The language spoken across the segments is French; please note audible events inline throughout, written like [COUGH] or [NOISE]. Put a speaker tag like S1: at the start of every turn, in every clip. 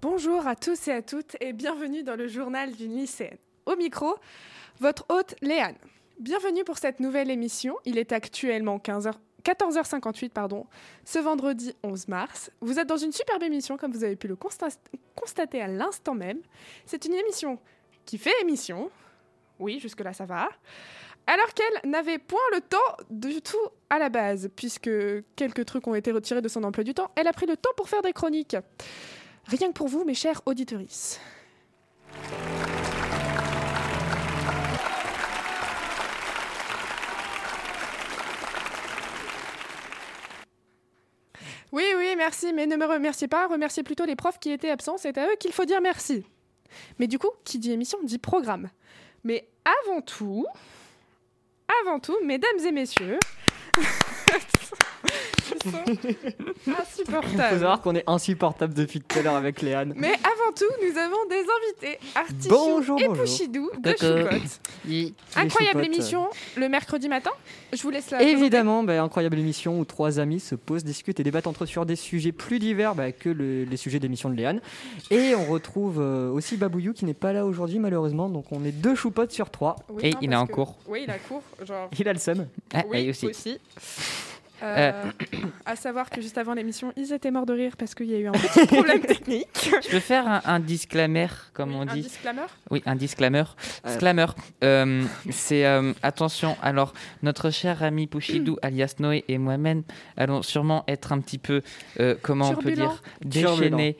S1: Bonjour à tous et à toutes et bienvenue dans le journal d'une lycéenne. Au micro, votre hôte Léane. Bienvenue pour cette nouvelle émission. Il est actuellement 15h 14h58 pardon, ce vendredi 11 mars. Vous êtes dans une superbe émission comme vous avez pu le consta- constater à l'instant même. C'est une émission qui fait émission. Oui, jusque-là ça va. Alors qu'elle n'avait point le temps du tout à la base, puisque quelques trucs ont été retirés de son emploi du temps, elle a pris le temps pour faire des chroniques. Rien que pour vous, mes chers auditorices. Oui, oui, merci, mais ne me remerciez pas, remerciez plutôt les profs qui étaient absents, c'est à eux qu'il faut dire merci. Mais du coup, qui dit émission dit programme. Mais avant tout, avant tout, mesdames et messieurs, [LAUGHS] ils sont
S2: Il faut
S1: insupportables.
S2: savoir qu'on est insupportable depuis tout à l'heure avec Léane.
S1: Mais avant tout, nous avons des invités, Artichou
S2: Bonjour,
S1: et
S2: bonjour.
S1: Pouchidou de
S2: Coucou.
S1: Chicotte. Incroyable émission le mercredi matin. Je vous laisse la
S2: Évidemment, bah, incroyable émission où trois amis se posent, discutent et débattent entre eux sur des sujets plus divers bah, que le- les sujets d'émission de Léane. Et on retrouve euh, aussi Babouyou qui n'est pas là aujourd'hui malheureusement, donc on est deux choupotes sur trois.
S1: Oui,
S3: Et
S1: hein,
S3: eh, il est
S1: parce
S3: en
S1: que-
S3: cours.
S1: Oui, il a cours. Genre,
S2: Il a le seum.
S3: Ah,
S1: oui,
S3: et aussi.
S1: Euh, à savoir que juste avant l'émission, ils étaient morts de rire parce qu'il y a eu un
S3: [LAUGHS]
S1: petit problème technique.
S3: Je peux faire un, un disclaimer, comme
S1: Oui,
S3: on
S1: un
S3: dit.
S1: disclaimer.
S3: Oui, un disclaimer. Disclaimer. Euh, c'est euh, attention. Alors, notre cher ami Pouchidou,
S1: [CLEARS THROAT]
S3: alias Noé et moi-même, allons sûrement être un petit peu, euh, comment
S1: Turbulent.
S3: on peut dire, déchaînés,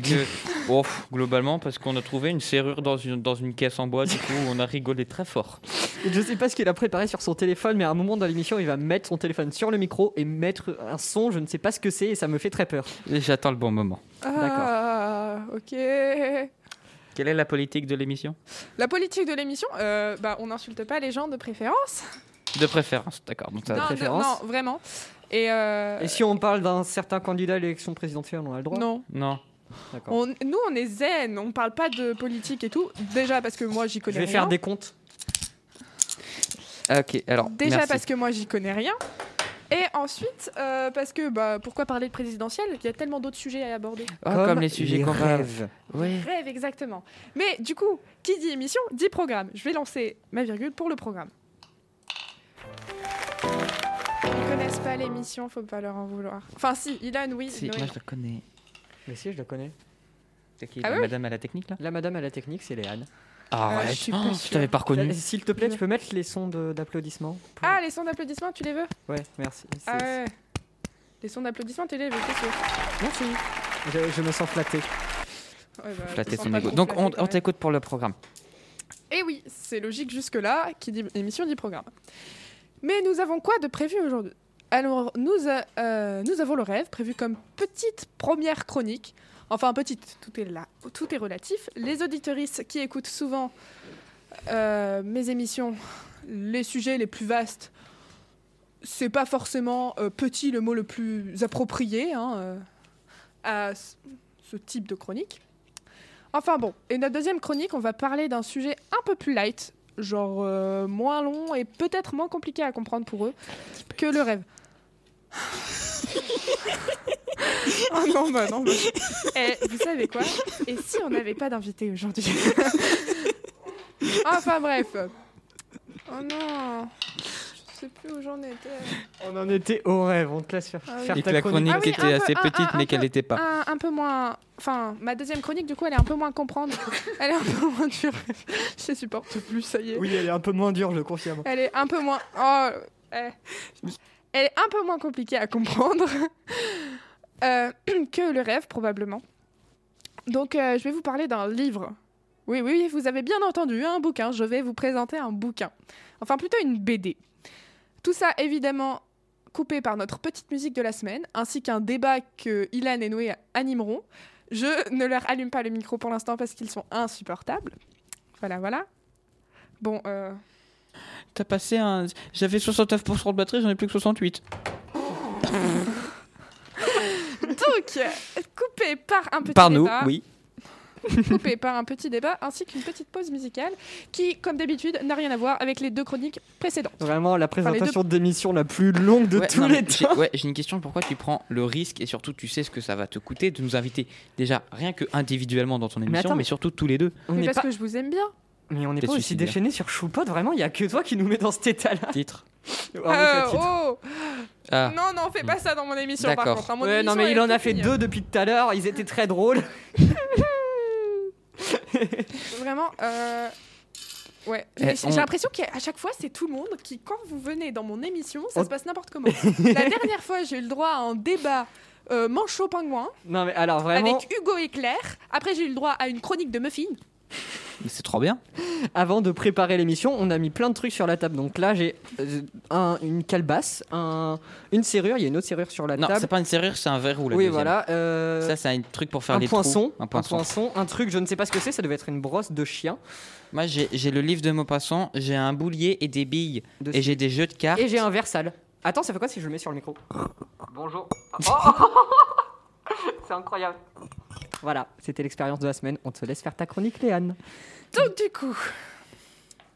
S1: [LAUGHS]
S3: que, oh, pff, globalement, parce qu'on a trouvé une serrure dans une dans une caisse en bois. Du coup, on a rigolé très fort.
S2: Et Je sais pas ce qu'il a préparé sur son téléphone, mais à un moment dans l'émission, il va mettre son téléphone sur le micro et mettre un son, je ne sais pas ce que c'est, et ça me fait très peur.
S3: Et J'attends le bon moment.
S1: Ah, ok.
S3: Quelle est la politique de l'émission
S1: La politique de l'émission, euh, bah, on n'insulte pas les gens de préférence.
S3: De préférence, d'accord. Donc, ça-
S1: non, de-
S2: préférence.
S1: non, vraiment. Et, euh,
S2: Et si on parle d'un certain candidat à l'élection présidentielle, on a le droit
S1: non,
S3: non.
S2: D'accord.
S1: On- nous, on est zen, on parle pas de politique et tout. Déjà parce que moi, j'y
S2: Je
S1: connais
S2: vais
S1: rien.
S2: faire des comptes.
S3: Ah, ok. Alors,
S1: Déjà
S3: merci.
S1: parce que moi, j'y connais rien. Et ensuite, euh, parce que bah, pourquoi parler de présidentiel Il y a tellement d'autres sujets à aborder.
S3: Oh, comme, les sujets qu'on va.
S2: rêves.
S3: Oui.
S1: Rêve, exactement. Mais du coup, qui dit émission, dit programme. Je vais lancer ma virgule pour le programme. Ils connaissent pas l'émission, faut pas leur en vouloir. Enfin, si, Ilan, oui.
S3: Si,
S1: Noé,
S3: moi
S1: non.
S3: je le connais.
S2: Mais si, je la connais.
S3: C'est qui
S1: Ah
S3: la
S1: oui
S3: Madame à la technique là
S2: La madame à la technique, c'est Léane. Euh,
S3: Ah
S1: je suis pas sûre.
S3: je t'avais pas reconnu.
S2: S'il te plaît, tu peux mettre les sons de- d'applaudissements pour-
S1: Ah, les sons d'applaudissements, tu les veux
S2: Ouais, merci. C'est-
S1: Ah ouais. Les sons d'applaudissements, tu les veux, c'est sûr.
S2: Merci. Je, je me sens flatté.
S1: Ouais, bah,
S3: Flatter
S1: je sens
S3: son
S1: pas
S3: ego.
S1: trop
S3: Donc
S1: flatter
S3: on,
S1: quand
S3: on
S1: même.
S3: t'écoute pour le programme.
S1: Et Eh oui, c'est logique jusque-là, qui dit émission dit programme. Mais nous avons quoi de prévu aujourd'hui Alors, nous, a- euh, nous avons le rêve prévu comme petite première chronique. Enfin, petite, tout est là, tout est relatif. Les auditorices qui écoutent souvent euh, mes émissions, les sujets les plus vastes, c'est pas forcément euh, petit le mot le plus approprié hein, euh, à ce- ce type de chronique. Enfin bon, et notre deuxième chronique, on va parler d'un sujet un peu plus light, genre euh, moins long et peut-être moins compliqué à comprendre pour eux que le [LAUGHS] rêve. oh non, bah non. bah. Eh, vous savez quoi Et si on n'avait pas d'invité [LAUGHS] aujourd'hui Enfin bref. Oh non. Je sais plus où j'en étais.
S2: On en était au rêve, on te laisse faire,
S1: Ah oui.
S2: faire
S3: Et que
S2: ta
S3: la
S2: chronique.
S3: chronique
S1: Ah oui, un
S3: était
S1: peu-
S3: assez
S1: un- un-
S3: petite
S1: un
S3: mais qu'elle
S1: peu-
S3: n'était pas.
S1: Un, un peu moins. Enfin, ma deuxième chronique, du coup, elle est un peu moins comprendre. Elle est un peu moins dure. Je les supporte plus, ça y est.
S2: Oui, elle est un peu moins dure, je le confirme.
S1: Elle est un peu moins. oh, eh. Elle est un peu moins compliquée à comprendre [LAUGHS] euh, [CLEARS THROAT] que le rêve, probablement. Donc, euh, je vais vous parler d'un livre. Oui, oui, vous avez bien entendu, un bouquin. Je vais vous présenter un bouquin. Enfin, plutôt une BD. Tout ça, évidemment, coupé par notre petite musique de la semaine, ainsi qu'un débat que Ilan et Noé animeront. Je ne leur allume pas le micro pour l'instant parce qu'ils sont insupportables. Voilà, voilà. Bon, euh,
S3: T'as passé un. J'avais 69% de batterie, j'en ai plus que 68.
S1: Donc, coupé par un petit
S3: Par nous,
S1: débat.
S3: oui.
S1: [LAUGHS] coupé par un petit débat ainsi qu'une petite pause musicale qui, comme d'habitude, n'a rien à voir avec les deux chroniques précédentes.
S2: Vraiment la présentation d'émission la plus longue de
S3: Ouais,
S2: tous
S3: non, mais
S2: les
S3: j'ai-
S2: temps.
S3: Ouais, j'ai une question. Pourquoi tu prends le risque et surtout tu sais ce que ça va te coûter de nous inviter déjà rien que individuellement dans ton émission, mais,
S2: attends.
S3: surtout tous les deux.
S2: On
S1: Mais
S2: n'est
S1: parce
S2: pas,
S1: que je vous aime bien.
S3: Oh,
S2: mais on n'est
S3: T'es
S2: pas aussi
S3: suicidaire.
S2: déchaîné sur Choupot, vraiment, il n'y a que toi qui nous mets dans cet état-là.
S3: Titre.
S1: Euh,
S2: Ah oui,
S1: oh
S3: Ah,
S1: Non, non, fais pas ça dans mon émission par
S3: D'accord.
S1: contre. hein. Mon
S2: Ouais, non,
S1: émission,
S2: mais
S1: elle
S2: il en
S1: est
S2: a fait
S1: finie. hein.
S2: deux depuis tout à l'heure, ils étaient très drôles.
S1: Vraiment, euh, ouais.
S3: Eh,
S1: Mais j'ai
S3: on-
S1: j'ai l'impression qu'à chaque fois, c'est tout le monde qui, quand vous venez dans mon émission, ça
S2: On-
S1: se passe n'importe
S3: [LAUGHS]
S1: comment. La dernière fois, j'ai eu le droit à un débat euh, manchot-pingouin
S2: Non, mais alors vraiment,
S1: avec Hugo et Claire. Après, j'ai eu le droit à une chronique de Muffin.
S3: mais c'est trop bien.
S2: avant de préparer l'émission, on a mis plein de trucs sur la table. Donc là, j'ai euh, un- une calebasse, un- une serrure, il y a une autre serrure sur la
S3: Non, c'est
S2: table.
S3: pas une serrure, c'est un verrou. la
S2: Oui,
S3: deuxième.
S2: voilà. euh,
S3: Ça, c'est un truc pour faire
S2: un
S3: les
S2: poinçon,
S3: trous. Un poinçon.
S2: un truc, je ne sais pas ce que c'est, ça devait être une brosse de chien.
S3: Moi, j'ai j'ai le livre de Maupassant, j'ai un boulier et des billes,
S2: de-
S3: et j'ai des jeux de cartes.
S2: et j'ai un versal. Attends, ça fait quoi si je le mets sur le micro [LAUGHS] Bonjour. Oh c'est incroyable. Voilà, c'était l'expérience de la semaine. On te laisse faire ta chronique, Léane.
S1: Donc, du coup,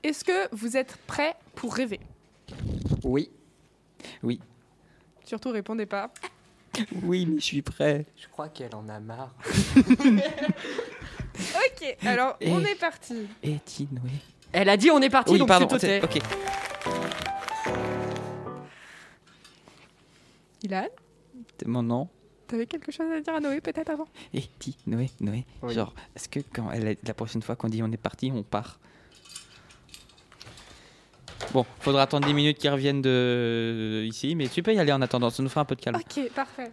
S1: est-ce que vous êtes prêts pour rêver
S2: Oui.
S1: Surtout, répondez pas.
S3: Oui, mais je suis prêt.
S2: Je crois qu'elle en a marre.
S1: Ok, alors,
S3: Et-
S1: on est parti.
S3: Et Tinoué.
S2: Elle a dit on est parti,
S3: Oui,
S2: donc
S3: pardon.
S2: tu te tais.
S3: c'est- Ok.
S1: Ilan,
S3: C'est Mon nom.
S1: t'avais quelque chose à dire à Noé peut-être avant
S3: Et ti, Noé, Noé.
S2: Oui.
S3: Genre, est-ce que quand elle, la prochaine fois qu'on dit on est parti, on part Bon, faudra attendre 10 minutes qu'ils reviennent de ici, mais tu peux y aller en attendant, ça nous fera un peu de calme.
S1: Ok, parfait.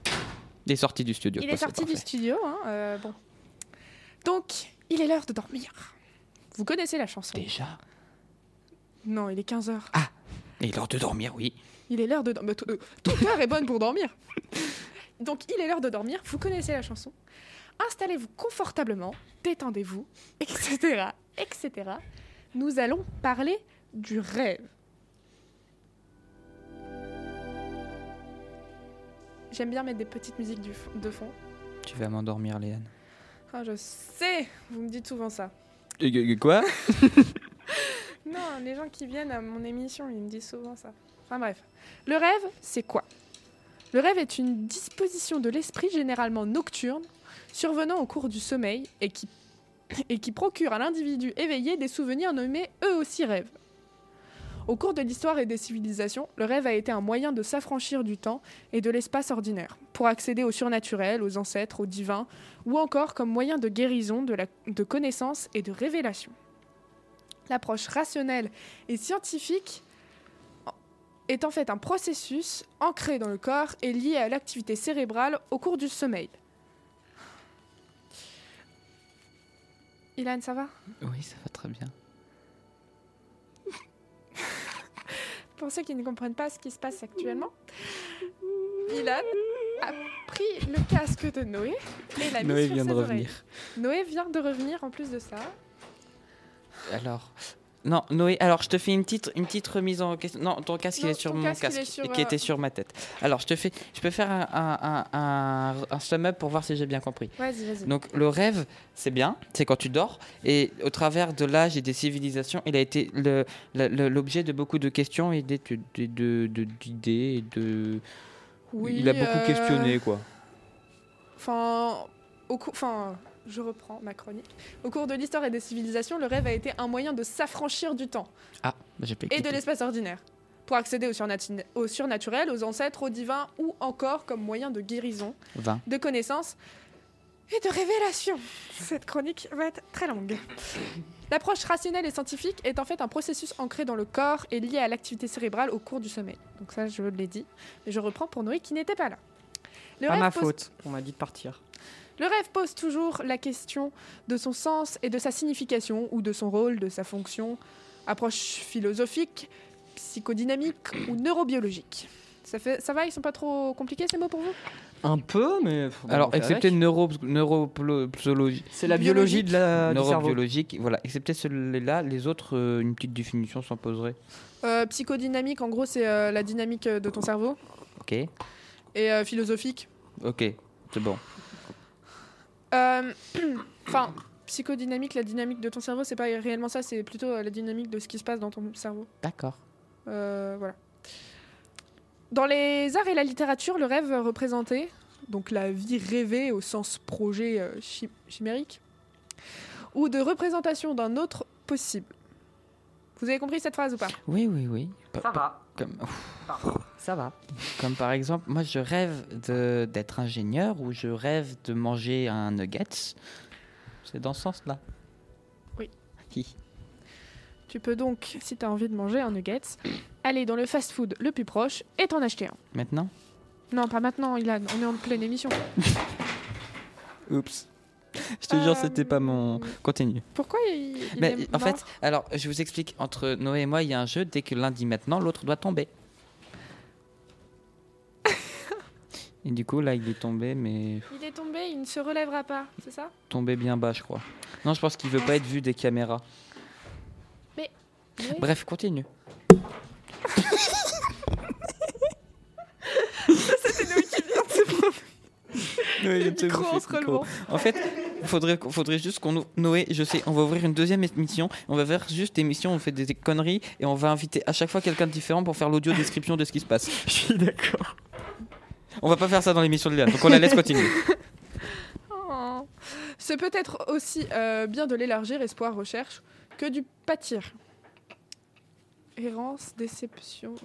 S3: Des sorties du studio.
S1: Il
S3: quoi,
S1: est
S3: c'est
S1: sorti du
S3: parfait.
S1: studio, hein, euh, bon. Donc, il est l'heure de dormir. Vous connaissez la chanson
S3: Déjà
S1: Non, il est 15h.
S3: Et l'heure de dormir, oui.
S1: Il est l'heure de dormir. Toute l'heure est bonne pour dormir. Donc, il est l'heure de dormir. Vous connaissez la chanson. Installez-vous confortablement, détendez-vous, [LAUGHS] etc., etc. Nous allons parler du rêve. J'aime bien mettre des petites musiques du f- de fond.
S3: Tu vas m'endormir, Léane.
S1: Ah, je sais, vous me dites souvent ça.
S3: Quoi
S1: Non, les gens qui viennent à mon émission, ils me disent souvent ça. Enfin bref. Le rêve, c'est quoi Le rêve est une disposition de l'esprit généralement nocturne, survenant au cours du sommeil et qui, et qui procure à l'individu éveillé des souvenirs nommés eux aussi rêves. Au cours de l'histoire et des civilisations, le rêve a été un moyen de s'affranchir du temps et de l'espace ordinaire, pour accéder au surnaturel, aux ancêtres, au divin, ou encore comme moyen de guérison, de, la, de connaissance et de révélation. L'approche rationnelle et scientifique est en fait un processus ancré dans le corps et lié à l'activité cérébrale au cours du sommeil. Ilan, ça va
S3: Oui, ça va très bien.
S1: Pour ceux qui ne comprennent pas ce qui se passe actuellement, Ilan a pris le casque de Noé et l'a mis
S3: Noé
S1: sur
S3: vient
S1: ses
S3: de
S1: oreilles.
S3: revenir.
S1: Noé vient de revenir en plus de ça.
S3: Alors. Non, Noé, alors je te fais une petite, une petite remise en question. Non, ton casque,
S1: Non,
S3: il est sur
S1: ton
S3: mon
S1: casque,
S3: casque,
S1: il est sur,
S3: qui
S1: euh,
S3: était sur ma tête. Alors, je te fais, je peux faire un, un, un, un, un sum-up pour voir si j'ai bien compris.
S1: Vas-y, vas-y.
S3: Donc, le rêve, c'est bien, c'est quand tu dors. Et au travers de l'âge et des civilisations, il a été le- le- le- l'objet de beaucoup de questions et d'études, et de- de- d'idées. et de...
S1: Oui,
S3: il a beaucoup
S1: euh,
S3: questionné, quoi.
S1: Enfin, au cou- enfin, je reprends ma chronique. Au cours de l'histoire et des civilisations, le rêve a été un moyen de s'affranchir du temps
S3: Ah, bah, j'ai pas
S1: et de
S3: écouté.
S1: l'espace ordinaire pour accéder au, surnatine- au surnaturel, aux ancêtres, au divin ou encore comme moyen de guérison,
S3: Vingt.
S1: de connaissance et de révélation. Cette chronique va être très longue. L'approche rationnelle et scientifique est en fait un processus ancré dans le corps et lié à l'activité cérébrale au cours du sommeil. Donc ça, je l'ai dit, mais je reprends pour Noé qui n'était pas là. Le
S2: Pas ma
S1: pose-
S2: faute, on m'a dit de partir.
S1: le rêve pose toujours la question de son sens et de sa signification ou de son rôle, de sa fonction, approche philosophique, psychodynamique ou neurobiologique. Ça, fait, ça va, ils sont pas trop compliqués ces mots pour vous
S2: Un peu, mais. faut pas
S3: Alors,
S2: en faire
S3: excepté
S2: avec.
S3: neuro, neuropsologie.
S2: C'est la biologie de la, euh, du cerveau.
S3: neurobiologique, voilà, excepté celui-là, les autres, euh, une petite définition s'imposerait.
S1: Euh, Psychodynamique, en gros, c'est euh, la dynamique euh, de ton cerveau.
S3: Ok,
S1: Et euh, philosophique,
S3: ok, c'est bon.
S1: Euh, [CLEARS THROAT] Enfin, psychodynamique, la dynamique de ton cerveau, c'est pas réellement ça, c'est plutôt euh, la dynamique de ce qui se passe dans ton cerveau.
S3: D'accord.
S1: Euh, voilà. Dans les arts et la littérature, le rêve représenté, donc la vie rêvée au sens projet euh, chi- chimérique, ou de représentation d'un autre possible. Vous avez compris cette phrase ou pas
S3: Oui, oui, oui. Pa-
S2: Ça
S3: pa-
S2: va,
S3: Comme, [LAUGHS]
S2: ça va.
S3: comme par exemple, moi je rêve de- d'être ingénieur ou je rêve de manger un nugget. C'est dans ce sens-là.
S1: Oui.
S3: Hi.
S1: Tu peux donc, si tu as envie de manger un [COUGHS] nugget, aller dans le fast-food le plus proche et t'en acheter un.
S3: Maintenant
S1: Non, pas maintenant, Ilan, on est en pleine émission.
S3: Oups. Je te jure, c'était
S1: Euh,
S3: pas mon. Continue.
S1: Pourquoi il, il
S3: Mais
S1: est
S3: en
S1: mort
S3: fait, alors je vous explique, entre Noé et moi, il y a un jeu, dès que l'un dit maintenant, l'autre doit tomber. et du coup, là, il est tombé, mais
S1: il est tombé, il ne se relèvera pas, c'est ça
S3: tombé bien bas, je crois. Non, je pense qu'il veut pas être vu des caméras.
S1: Oui.
S3: Bref, continue. [LAUGHS] Noé vient de se
S1: micro en
S3: bouffer
S1: se
S3: le micro.
S1: relevant.
S3: En fait, faudrait, faudrait juste qu'on nous. Noé, je sais, on va ouvrir une deuxième émission. On va faire juste des émissions, on fait des conneries et on va inviter à chaque fois quelqu'un de différent pour faire l'audio description de ce qui se passe.
S2: Je suis d'accord.
S3: On va pas faire ça dans l'émission de Léa, donc on la laisse continuer.
S1: Oh. C'est peut-être aussi euh, bien de l'élargir, espoir, recherche, que du pâtir. Errance, déception.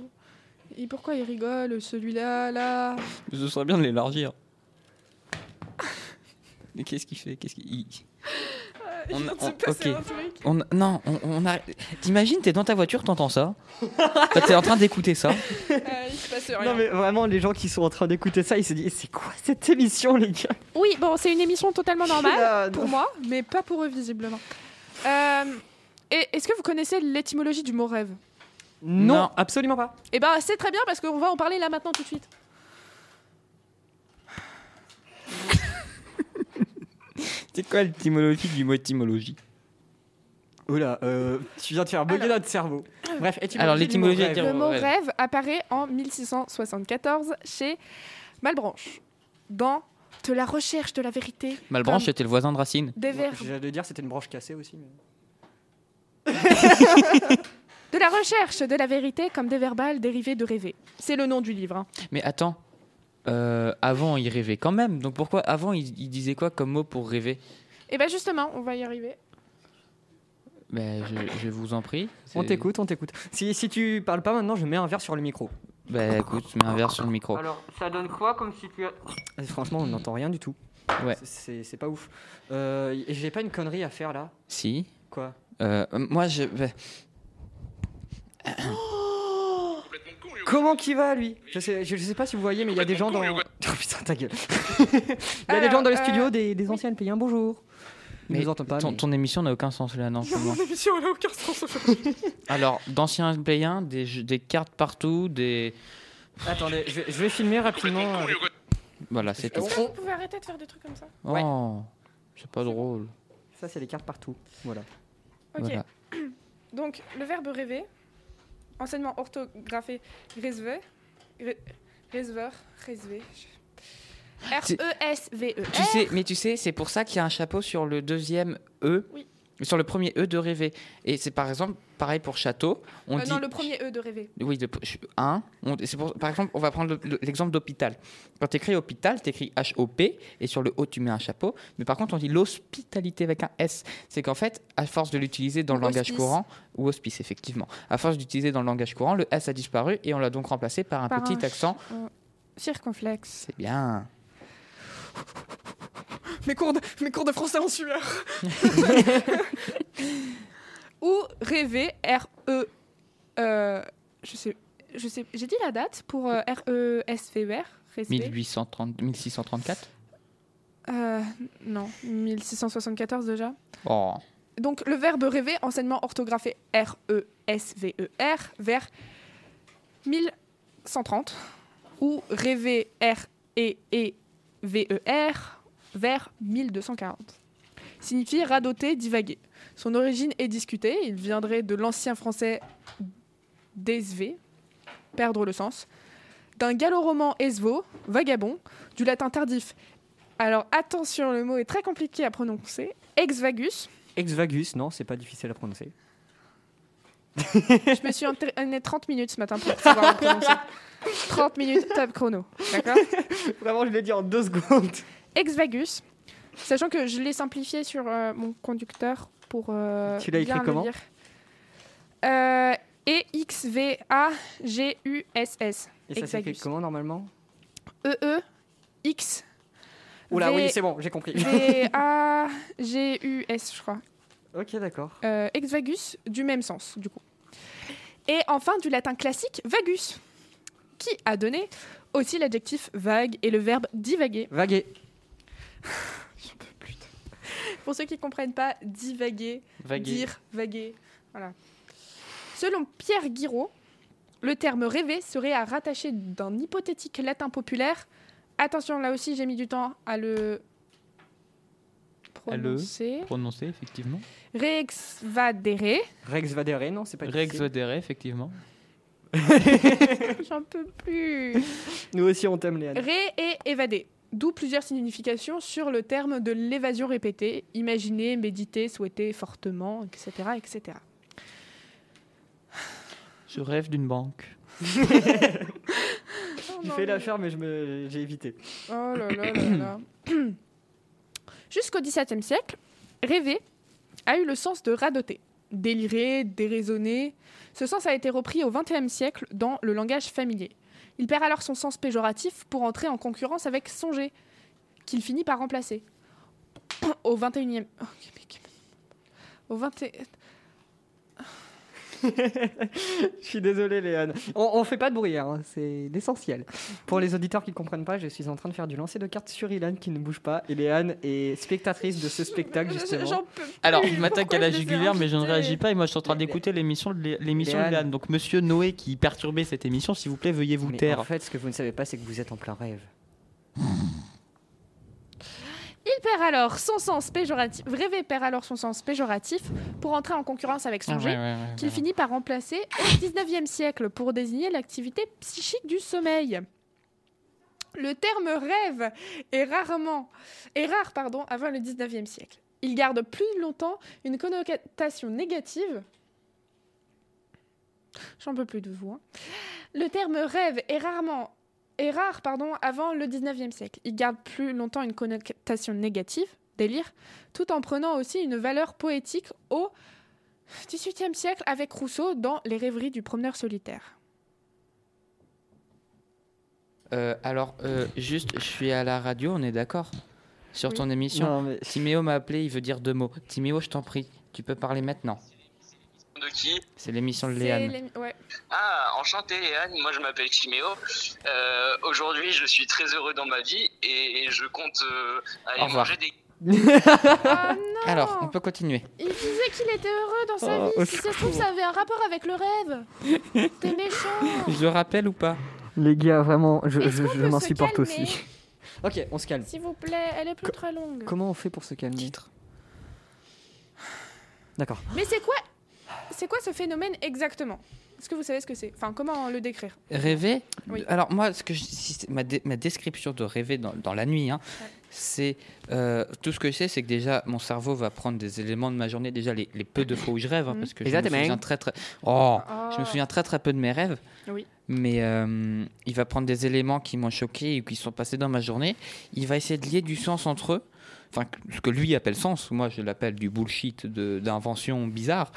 S1: Et pourquoi il rigole, celui-là, là
S3: Ce serait bien de l'élargir. Mais qu'est-ce qu'il fait Qu'est-ce qu'il... il- On-
S1: Je ne sais
S3: on-
S1: pas, c'est
S3: ok.
S1: un truc.
S3: On... Non, on, on a... T'imagines, t'es dans ta voiture, t'entends ça. Bah, t'es en train d'écouter ça.
S1: Euh, il se passe rien.
S2: Non mais vraiment, les gens qui sont en train d'écouter ça, ils se disent, c'est quoi cette émission, les gars
S1: Oui, bon, c'est une émission totalement normale.
S2: Ah,
S1: [LAUGHS] pour
S2: non.
S1: moi, mais pas pour eux visiblement. Euh, et est-ce que vous connaissez l'étymologie du mot rêve
S2: non,
S3: Non.
S2: absolument pas.
S1: Eh ben, c'est très bien parce qu'on va en parler là maintenant tout de suite.
S3: [LAUGHS] C'est quoi l'étymologie du mot étymologie
S2: Oula, euh, tu viens de faire bugger
S1: Alors.
S2: notre cerveau. Bref, étymologie
S3: Alors,
S2: du
S3: l'étymologie
S2: mot rêve.
S3: du
S1: Le mot
S3: rêve.
S1: rêve apparaît en 1674 chez Malbranche dans De la recherche de la vérité.
S3: Malbranche,
S1: comme
S3: c'était le voisin de Racine.
S1: des
S2: Ouais,
S1: verbes.
S2: J'allais dire, c'était une branche cassée aussi. mais-
S1: De la recherche de la vérité comme des verbales dérivés de rêver. C'est le nom du livre. hein.
S3: Mais attends, euh, avant, il rêvait quand même. Donc pourquoi avant, il, il disait quoi comme mot pour rêver
S1: Et ben justement, on va y
S3: [LAUGHS]
S1: arriver.
S3: Ben, je, je vous en prie.
S2: On
S3: C'est-
S2: t'écoute, on t'écoute. Si, si tu parles pas maintenant, je mets un verre sur le micro.
S3: Ben écoute, mets un verre sur le micro.
S4: Alors, ça donne quoi comme situation
S2: Et franchement, on n'entend rien du tout.
S3: Ouais.
S2: C'est- C'est c'est pas ouf. Euh, y- J'ai pas une connerie à faire là.
S3: Si.
S2: Quoi
S3: Euh, moi, je. ben,
S2: Comment qu'il va lui je sais, je, je sais pas si vous voyez, mais il y a des gens dans. [LAUGHS] Oh putain, ta gueule. Il y a des
S1: Alors,
S2: gens dans les
S1: euh,
S2: studios, des, des anciens pays. Un bonjour. Ils
S3: Mais
S2: nous entendent pas.
S3: ton,
S2: mais-
S3: ton émission n'a aucun sens là, non
S1: [LAUGHS]
S3: pour moi.
S1: émission, elle a aucun sens
S3: Alors, d'anciens payants, des, jeux- des cartes partout, des.
S2: Attendez, je vais, je vais filmer rapidement. avec-
S3: Voilà, c'est tout.
S2: On- on-
S1: Vous pouvez arrêter de faire des trucs comme ça.
S2: Ouais.
S3: Oh, c'est pas drôle.
S2: Ça, c'est les cartes partout. Voilà.
S1: Ok.
S3: Voilà.
S1: Donc, le verbe rêver, enseignement orthographé rêver, rêver, rêver. E
S3: Tu-
S1: R-E-S-V-E-R.
S3: Tu sais, mais tu sais, c'est pour ça qu'il y a un chapeau sur le deuxième E.
S1: Oui.
S3: Sur le premier E de rêver. Et c'est par exemple pareil pour château. On
S1: Euh,
S3: dit.
S1: Non, le premier E de rêver.
S3: Oui, de, je- un. on- c'est pour- par exemple, on va prendre le- le- l'exemple d'hôpital. Quand tu écris hôpital, tu écris H-O-P et sur le O, tu mets un chapeau. Mais par contre, on dit l'hospitalité avec un S. C'est qu'en fait, à force de l'utiliser dans le
S1: Ou
S3: langage
S1: hospice.
S3: courant, ou hospice, effectivement, à force d'utiliser dans le langage courant, le S a disparu et on l'a donc remplacé par un
S1: Par
S3: petit
S1: un
S3: accent.
S1: Circonflexe.
S3: C'est bien.
S1: Mes cours de, mes cours de français en sueur. [LAUGHS] Ou rêver, R-E. euh, je sais, je sais, j'ai dit la date pour euh, R-E-S-V-E-R. E rêver.
S3: 1830, 1634
S1: Euh, non, 1674 déjà.
S3: Oh.
S1: Donc le verbe rêver, enseignement E orthographé R-E-S-V-E-R, vers 1130, ou rêver E R-E-E-V-E-R, E vers 1240. Signifie radoter, divaguer. Son origine est discutée, il viendrait de l'ancien français d'esvé, perdre le sens, d'un gallo-roman esvo, vagabond, du latin tardif Alors attention, le mot est très compliqué à prononcer. Ex vagus.
S2: Ex vagus, non, c'est pas difficile à prononcer.
S1: Je me suis entraînée 30 minutes ce matin pour savoir le prononcer. 30 minutes, top chrono. D'accord
S2: [LAUGHS] Vraiment, je l'ai dit en deux secondes.
S1: Ex vagus. Sachant que je l'ai simplifié sur euh, mon conducteur pour. euh,
S2: Tu l'as écrit
S1: bien le
S2: comment
S1: lire. Euh, E-X-V-A-G-U-S-S.
S2: Et ça s'écrit
S1: Exagus.
S2: comment normalement
S1: E-E-X.
S2: Oula,
S1: E V-
S2: oui, c'est bon, j'ai compris.
S1: V-A-G-U-S, je crois.
S2: ok, d'accord.
S1: Euh, ex vagus, du même sens, du coup. Et enfin, du latin classique, vagus, qui a donné aussi l'adjectif vague et le verbe divaguer.
S2: Vaguer.
S1: Pour ceux qui ne comprennent pas, divaguer,
S3: Vaguer.
S1: dire, vaguer. Voilà. Selon Pierre Guiraud, le terme rêver serait à rattacher d'un hypothétique latin populaire. Attention, là aussi, j'ai mis du temps à le
S3: À le-
S1: prononcer.
S3: Prononcé, effectivement.
S1: Rex vadere.
S2: Rex Vadere, non, c'est pas
S3: Rex
S2: difficile.
S3: Vadere, effectivement.
S1: J'en peux plus.
S2: Nous aussi, on t'aime, Léane.
S1: Ré et évader. D'où plusieurs significations sur le terme de l'évasion répétée, imaginer, méditer, souhaiter fortement, etc. etc.
S3: Je rêve d'une banque.
S2: J'ai fait l'affaire, mais je me- j'ai évité.
S1: Oh là là là là. Jusqu'au XVIIe siècle, rêver a eu le sens de radoter, délirer, déraisonner. Ce sens a été repris au XXe siècle dans le langage familier. Il perd alors son sens péjoratif pour entrer en concurrence avec songer, qu'il finit par remplacer. [COUGHS] Au XXIe. [COUGHS] Oh, mais que- Au 21
S2: [LAUGHS] Je suis désolé, Léane. On, on fait pas de bruit, hein, c'est l'essentiel. Pour les auditeurs qui comprennent pas, je suis en train de faire du lancer de cartes sur Ilan qui ne bouge pas. Et Léane est spectatrice de ce
S1: [LAUGHS]
S2: spectacle, justement.
S1: Euh, J'en peux plus.
S3: Ah, [LAUGHS] Alors, il m'attaque
S1: Pourquoi
S3: à la
S1: je les ai
S3: jugulaire, mais je ne
S1: invités
S3: réagis pas. Et moi, je suis en train
S2: Mais-
S3: d'écouter l'émission de Lé- l'émission de
S2: Léane.
S3: Léane. Donc, monsieur Noé qui perturbait cette émission, s'il vous plaît, veuillez vous
S2: Mais
S3: taire.
S2: en fait, ce que vous ne savez pas, c'est que vous êtes en plein rêve.
S1: Il perd alors son sens péjoratif. Rêver perd alors son sens péjoratif pour entrer en concurrence avec
S3: Ah,
S1: songer.
S3: ouais, ouais, ouais,
S1: qu'il
S3: ouais.
S1: finit par remplacer au XIXe siècle pour désigner l'activité psychique du sommeil. Le terme rêve est rarement est rare pardon avant le XIXe siècle. Il garde plus longtemps une connotation négative. J'en peux plus de vous. hein. Le terme rêve est rarement est rare pardon avant le XIXe siècle. Il garde plus longtemps une connotation négative, délire, tout en prenant aussi une valeur poétique au XVIIIe siècle avec Rousseau dans Les rêveries du promeneur solitaire.
S3: Euh, alors, euh, juste, je suis à la radio, on est d'accord Sur
S1: Oui.
S3: ton émission
S2: Non, mais
S3: Timéo m'a appelé, il veut dire deux mots. Timéo, je t'en prie, tu peux parler maintenant.
S5: De qui
S3: C'est l'émission de
S1: C'est
S3: Léane.
S1: les- ouais.
S5: Ah, enchanté Léane, moi je m'appelle Timéo. Euh, Aujourd'hui je suis très heureux dans ma vie et je compte euh,
S3: Au
S5: aller
S3: revoir.
S5: manger des...
S1: [LAUGHS] Ah non
S3: Alors, on peut continuer.
S1: Il disait qu'il était heureux dans sa
S2: Oh, au
S1: vie. Si ça se trouve, ça avait un rapport avec le rêve.
S3: [LAUGHS]
S1: T'es méchant.
S3: Je le rappelle ou pas
S2: les gars, vraiment, je,
S1: Est-ce
S2: je-
S1: qu'on
S2: je
S1: peut
S2: m'en
S1: se
S2: supporte
S1: calmer
S2: aussi. [LAUGHS] Ok, on se calme.
S1: S'il vous plaît, elle est plus très longue.
S2: Comment on fait pour se calmer D'accord.
S1: Mais c'est quoi C'est quoi ce phénomène exactement Est-ce que vous savez ce que c'est Enfin, comment le décrire
S3: Rêver
S1: Oui.
S3: Alors, moi, ce que je- si c'est- ma, dé- ma description de rêver dans, dans la nuit, hein,
S1: Ouais.
S3: c'est. euh, tout ce que je sais, c'est que déjà, mon cerveau va prendre des éléments de ma journée, déjà les, les peu de fois où je rêve, hein,
S1: Mhm.
S3: parce que je
S2: Exactement.
S3: me souviens très très. Oh Je
S1: Oh.
S3: me souviens très très peu de mes rêves.
S1: Oui.
S3: Mais euh, il va prendre des éléments qui m'ont choqué ou qui sont passés dans ma journée. Il va essayer de lier du sens entre eux. Enfin, ce que lui appelle sens, moi je l'appelle du bullshit de- d'invention bizarre,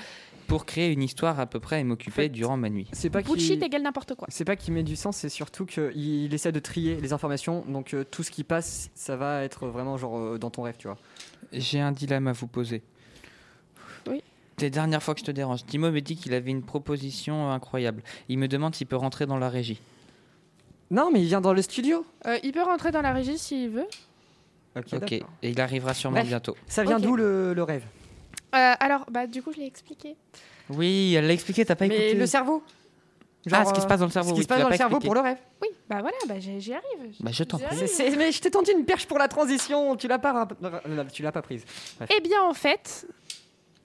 S3: pour créer une histoire à peu près et
S2: En
S3: m'occuper
S2: fait,
S3: durant ma nuit.
S2: C'est pas
S1: Bullshit
S2: qu'il-
S1: égale n'importe quoi.
S2: C'est pas qu'il met du sens, c'est surtout qu'il essaie de trier les informations. Donc euh, tout ce qui passe, ça va être vraiment genre euh, dans ton rêve, tu vois.
S3: J'ai un dilemme à vous poser.
S1: Oui.
S3: Des dernières fois que je te dérange, Timo me dit qu'il avait une proposition euh, incroyable. Il me demande s'il peut rentrer dans la régie.
S2: Non, mais il vient dans le studio.
S1: Euh, il peut rentrer dans la régie s'il veut.
S2: Ok.
S3: Ok, et il arrivera sûrement
S2: Ah, Bref.
S3: bientôt.
S2: Ça vient
S1: Ok.
S2: d'où le, le rêve
S1: Euh, alors, bah du coup, je l'ai expliqué.
S3: Oui, elle l'a expliqué, t'as pas
S2: Mais
S3: écouté.
S2: le cerveau.
S3: ah, ce qui se passe dans le
S2: euh,
S3: cerveau.
S2: Ce qui se
S3: oui, tu
S2: passe
S3: l'as
S2: dans
S3: pas
S2: le cerveau
S3: expliqué.
S2: pour le rêve.
S1: Oui, bah voilà, bah j'y j'y arrive.
S3: Bah, je t'en
S1: J'y
S3: prie.
S1: arrive.
S2: C'est- [LAUGHS] c'est- mais je t'ai tendu une perche pour la transition. Tu l'as pas, rap- non, tu l'as pas prise.
S1: Eh bien, en fait,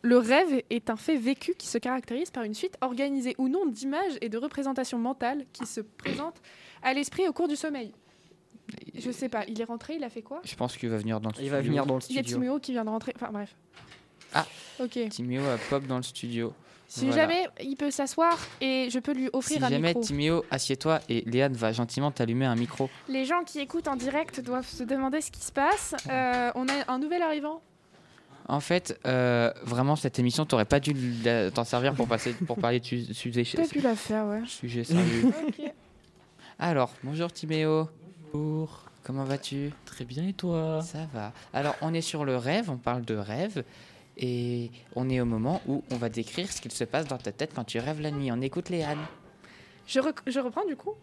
S1: le rêve est un fait vécu qui se caractérise par une suite organisée ou non d'images et de représentations mentales qui se présentent à l'esprit au cours du sommeil. Je sais pas, il est rentré, il a fait quoi
S3: Je pense qu'il va venir dans le
S2: Il
S3: studio.
S2: va venir dans le
S1: Il y a
S2: studio.
S1: Timéo qui vient de rentrer. Enfin bref.
S3: Ah.
S1: Ok.
S3: Timéo a pop dans le studio.
S1: Si
S3: Voilà.
S1: jamais il peut s'asseoir et je peux lui offrir
S3: Si
S1: un
S3: jamais
S1: micro.
S3: Timéo, assieds-toi et Léane va gentiment t'allumer un micro.
S1: Les gens qui écoutent en direct doivent se demander ce qui se passe. Euh, on a un nouvel arrivant.
S3: En fait, euh, vraiment, cette émission, t'aurais pas dû la- t'en servir pour, passer, pour parler de su- sujet,
S1: T'as pu la faire, ouais.
S3: sujet sérieux.
S1: Ok.
S3: Alors, bonjour Timéo.
S6: Bonjour,
S3: Comment vas-tu
S6: très bien et toi
S3: Ça va. Alors, on est sur le rêve, on parle de rêve. Et on est au moment où on va décrire ce qu'il se passe dans ta tête quand tu rêves la nuit. On écoute Léane.
S1: Je, rec- je reprends du coup.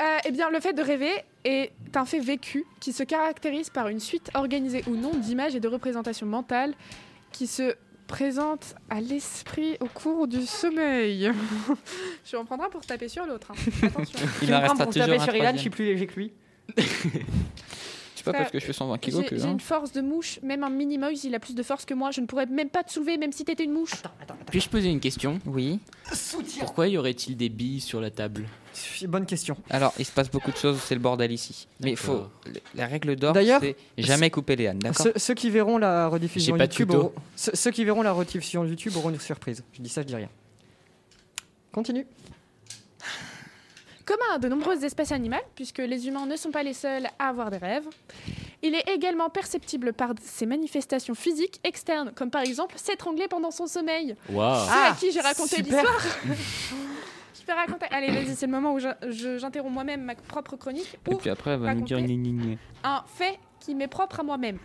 S1: Euh, eh bien, le fait de rêver est un fait vécu qui se caractérise par une suite organisée ou non d'images et de représentations mentales qui se présentent à l'esprit au cours du sommeil. [LAUGHS] je vais en prendre un pour taper sur l'autre. hein. Attention.
S3: Il en restera
S2: pour taper
S3: toujours un
S2: sur Ilan, je suis
S3: troisième.
S2: plus léger que lui.
S3: Je sais pas
S1: Ça-
S3: parce que je fais 120 kilos que.
S1: J'ai j'ai une force de mouche, même un mini-mouse, il a plus de force que moi. Je ne pourrais même pas te soulever, même si t'étais une mouche.
S6: Puis-je poser une question
S3: Oui.
S6: Pourquoi y aurait-il des billes sur la table
S2: Bonne question.
S3: Alors, il se passe beaucoup de choses, c'est le bordel ici. Mais faut.
S6: D'accord.
S3: La règle d'or,
S2: D'ailleurs,
S3: c'est jamais couper les ânes, d'accord
S2: Ceux, ceux qui verront la rediffusion
S6: J'ai pas de
S2: YouTube,
S6: tuto.
S2: auront- ceux, ceux qui verront la rediffusion YouTube auront une surprise. Je dis ça, je dis rien. Continue.
S1: Commun à de nombreuses espèces animales, puisque les humains ne sont pas les seuls à avoir des rêves. Il est également perceptible par ses manifestations physiques externes, comme par exemple s'étrangler pendant son sommeil.
S6: [LAUGHS] Waouh
S1: Ceux
S2: Ah,
S1: à qui j'ai raconté
S2: super.
S1: l'histoire Je peux raconter. Allez, vas-y, c'est le moment où je- je- j'interromps moi-même ma propre chronique
S3: Et
S1: pour
S3: puis après, elle va nous dire
S1: raconter.
S3: une ligne.
S1: un fait qui m'est propre à moi-même.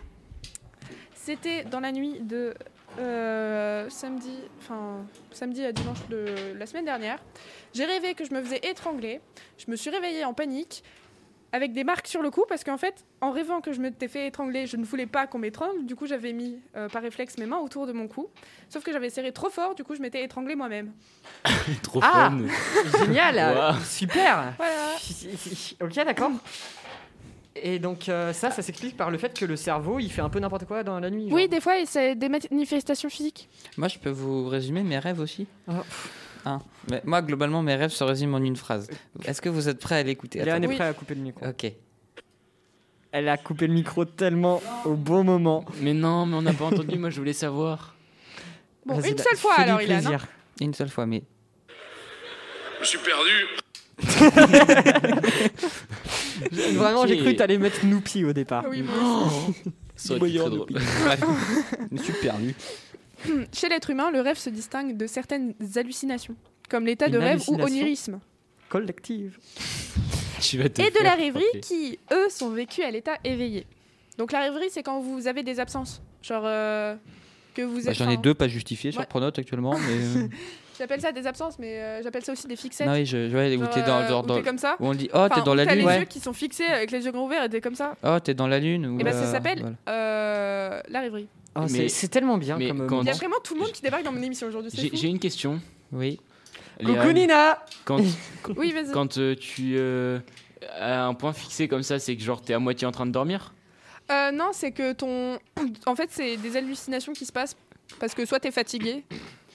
S1: C'était dans la nuit de euh, samedi, enfin samedi à dimanche de la semaine dernière. J'ai rêvé que je me faisais étrangler. Je me suis réveillée en panique avec des marques sur le cou parce qu'en fait, en rêvant que je m'étais fait étrangler, je ne voulais pas qu'on m'étrangle. Du coup, j'avais mis euh, par réflexe mes mains autour de mon cou. Sauf que j'avais serré trop fort. Du coup, je m'étais étranglée moi-même.
S6: Trop
S2: Ah.
S6: fun
S2: Génial.
S6: Wow.
S2: Super.
S1: Voilà.
S2: Ok, d'accord. Et donc euh, ça, ça s'explique par le fait que le cerveau, il fait un peu n'importe quoi dans la nuit. genre.
S1: Oui, des fois, c'est des manifestations physiques.
S3: Moi, je peux vous résumer mes rêves aussi
S1: Oh,
S2: Ah.
S3: Hein. Mais moi, globalement, mes rêves se résument en une phrase. Est-ce que vous êtes prêts à l'écouter
S2: Léane
S3: Attends.
S2: est prête à couper le micro.
S3: Ok.
S2: Elle a coupé le micro tellement au bon moment.
S6: Mais non, mais on n'a pas entendu, moi je voulais savoir.
S1: Bon,
S2: Vas-y,
S1: une
S2: là,
S1: seule fois
S2: fais-lui
S1: alors, Ilan. hein.
S2: plaisir.
S3: Une seule fois, mais.
S5: Je me suis perdu.
S2: Vraiment, j'ai
S6: Ok.
S2: cru que t'allais mettre Noopy au départ.
S1: Oui, moi
S6: Oh. Ça aurait été
S3: Voyeur
S6: très
S3: de
S6: drôle.
S3: Bref, [LAUGHS] je me suis perdu.
S1: Chez l'être humain, le rêve se distingue de certaines hallucinations, comme l'état de
S2: Une
S1: rêve ou
S2: hallucination
S1: onirisme,
S2: Collective.
S6: Tu vas te
S1: et de
S6: faire
S1: la rêverie
S6: frapper.
S1: qui, eux, sont vécus à l'état éveillé. Donc la rêverie, c'est quand vous avez des absences, genre euh, que vous êtes.
S3: Bah, J'en ai
S1: enfin,
S3: deux pas justifiés sur
S1: Ouais.
S3: Pronote actuellement,
S1: [LAUGHS]
S3: mais. euh,
S1: J'appelle ça des absences, mais euh, j'appelle ça aussi des fixettes.
S3: non, oui, je, je ouais, où
S1: genre,
S3: t'es dans,
S1: euh,
S3: dans-
S1: où
S3: dans-
S1: t'es comme ça.
S3: où on dit Oh,
S1: Enfin,
S3: t'es dans
S1: où
S3: la
S1: t'as
S3: lune.
S1: les
S3: Ouais.
S1: yeux qui sont fixés avec les yeux grands ouverts et t'es comme ça.
S3: Oh, t'es dans la lune. Ou,
S1: Et ben ça
S3: euh,
S1: s'appelle
S3: voilà.
S1: euh, la rêverie.
S2: Ah, c'est-
S6: Mais-
S2: c'est tellement bien
S6: mais
S2: comme
S6: quand-
S1: Il y a
S6: Bon.
S1: vraiment tout le monde qui débarque dans mon émission aujourd'hui. C'est
S6: J'ai
S1: fou.
S6: j'ai une question.
S3: Oui.
S2: Coucou
S6: Léane,
S2: Nina
S6: Quand,
S1: Oui, vas-y.
S6: quand euh, tu euh, as un point fixé comme ça, c'est que genre t'es à moitié en train de dormir
S1: Euh, non, c'est que ton. En fait, c'est des hallucinations qui se passent parce que soit t'es fatigué,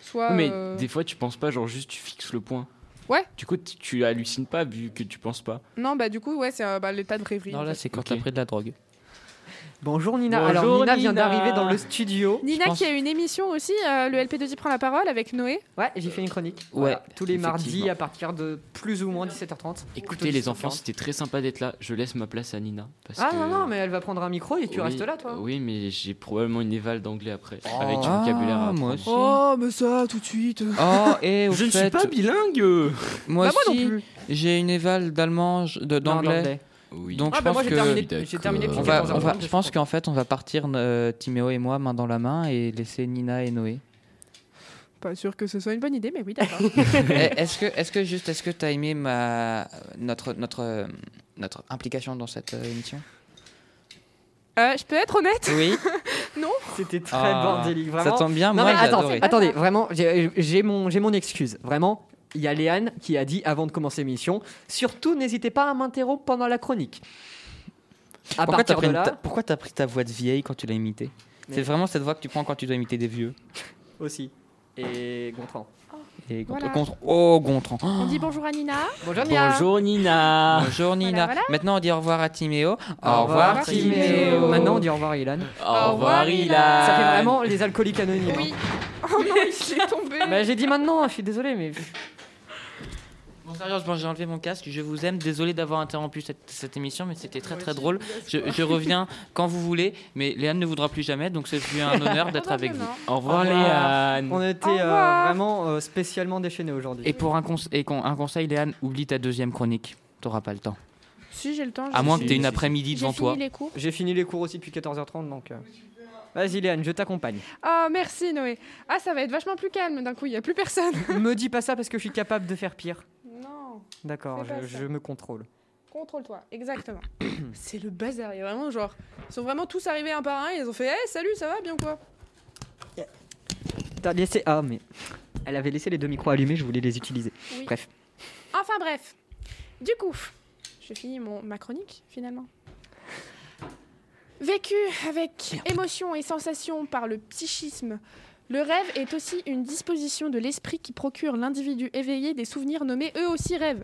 S1: soit.
S6: Mais
S1: euh,
S6: des fois tu penses pas, genre juste tu fixes le point.
S1: Ouais.
S6: Du coup t- tu hallucines pas vu que tu penses pas.
S1: Non, bah du coup, ouais, c'est euh, bah, l'état de rêverie.
S3: Non,
S1: en
S3: là,
S1: fait.
S3: c'est quand
S6: Ok.
S3: t'as pris de
S1: [LAUGHS]
S3: la drogue.
S2: Bonjour Nina.
S6: Bonjour,
S2: Alors Nina, vient
S6: Nina.
S2: d'arriver dans le studio.
S1: Nina
S3: je pense-
S1: qui a une émission aussi, euh, le LP2I prend la parole avec Noé.
S2: Ouais, j'ai fait une chronique.
S3: Ouais,
S2: Voilà, tous les mardis
S3: effectivement.
S2: à partir de plus ou moins 17h30.
S6: Écoutez les
S1: hein.
S6: enfants, c'était très sympa d'être là. Je laisse ma place à Nina. Parce
S2: Ah
S6: que-
S2: non, non, mais elle va prendre un micro et tu
S6: Oui,
S2: restes là, toi. hein.
S6: Oui, mais j'ai probablement une éval d'anglais après,
S2: Oh.
S6: avec du
S3: Ah,
S6: vocabulaire. à
S3: moi
S6: apprendre.
S3: aussi. Oh,
S1: mais ça, tout de suite.
S3: Oh, et au
S6: Je ne suis
S3: fait,
S6: pas bilingue.
S3: Moi
S2: Bah, moi non
S3: aussi,
S2: plus.
S3: j'ai une éval d'allemand, je- de-
S2: Non,
S3: d'anglais.
S6: Oui.
S3: Donc
S2: Ah
S3: je
S2: bah
S3: pense
S2: moi j'ai
S3: que
S2: terminé, j'ai terminé
S3: Euh,
S6: On
S3: on
S2: depuis
S3: va,
S2: 14h30,
S3: on va-
S2: je
S3: je pense
S2: crois.
S3: qu'en fait, on va partir euh, Timéo et moi main dans la main et laisser Nina
S2: [LAUGHS]
S3: et Noé.
S1: Pas sûr que ce soit une bonne idée, mais oui,
S6: [LAUGHS]
S1: d'accord.
S3: Eh, est-ce que, est-ce que juste, est-ce que t'as aimé ma notre notre euh, notre implication dans cette euh, émission
S1: Euh, je peux être honnête [LAUGHS]
S3: Oui.
S2: C'était très
S3: Ah,
S2: bordélique,
S3: Ça
S2: vraiment.
S3: tombe bien.
S2: Non,
S3: moi,
S2: mais
S3: j'ai
S2: attends,
S3: adoré.
S2: attendez, vraiment, j'ai j'ai mon, j'ai mon excuse. Vraiment, il y a Léane qui a dit avant de commencer l'émission surtout n'hésitez pas à m'interrompre pendant la chronique. À
S3: Pourquoi
S2: partir
S3: t'as pris,
S2: de
S3: une ta-
S2: là,
S3: pourquoi t'as pris ta voix de vieille quand tu l'as imitée
S2: Mais-
S3: C'est vraiment cette voix que tu prends quand tu dois imiter des vieux.
S2: aussi. Et Gontran.
S3: Et Gontran.
S7: Voilà.
S3: Gontran. Oh, Gontran.
S7: On dit bonjour à Nina.
S2: Bonjour
S6: Bonjour Nina.
S3: Bonjour Nina.
S7: voilà.
S3: Maintenant, on dit au revoir à Timéo.
S2: Ah. Au revoir
S7: Timéo.
S2: Timéo. Maintenant on dit au revoir Ilan.
S6: Au revoir Ilan.
S2: Ça fait vraiment les alcooliques anonymes.
S7: Oui.
S1: Oh non, il
S3: [LAUGHS]
S1: est tombé.
S2: hein. Bah, j'ai dit maintenant, je suis désolé mais
S3: Bon, sérieusement, j'ai enlevé mon casque. Je vous aime. Désolé d'avoir interrompu cette, cette émission, mais c'était très très drôle. Je, je reviens quand vous voulez, mais Léane ne voudra plus jamais, donc c'est plus un honneur d'être avec
S1: bah,
S3: vous.
S6: Au revoir
S3: Au revoir.
S2: on
S6: Léane.
S2: était
S1: Au
S2: euh,
S1: revoir.
S2: vraiment euh, spécialement déchaînés aujourd'hui.
S3: Et pour un, conse- et con- un conseil, Léane, oublie ta deuxième chronique. T'auras pas le temps.
S1: Si j'ai le temps.
S3: À moins
S6: si,
S3: que t'aies
S6: si,
S3: une
S6: si.
S3: après-midi
S7: J'ai
S3: devant
S7: fini
S3: toi.
S7: les cours.
S2: J'ai fini les cours aussi depuis 14h30 donc euh, Vas-y Léane,
S1: [LAUGHS]
S2: je t'accompagne.
S1: Ah merci Noé. Ah ça va être vachement plus calme d'un coup. Il y a plus personne.
S2: me dis pas ça parce que je suis capable de faire pire.
S1: Non.
S2: D'accord,
S1: Fais pas
S2: je,
S1: ça.
S2: je me contrôle.
S1: Contrôle-toi. Exactement. [CLEARS THROAT] C'est le bazar. Il y a vraiment genre. Ils sont vraiment tous arrivés un par un. et Ils ont fait. Eh salut, ça va bien ou quoi
S2: T'as laissé ah mais elle avait laissé les deux micros allumés, je voulais les utiliser.
S7: Oui.
S2: Bref.
S1: Enfin bref. Du coup, je finis mon ma chronique finalement.
S7: Vécu avec émotion et sensation par le psychisme,
S1: Le rêve est aussi une disposition de l'esprit qui procure l'individu éveillé des souvenirs nommés eux aussi rêves.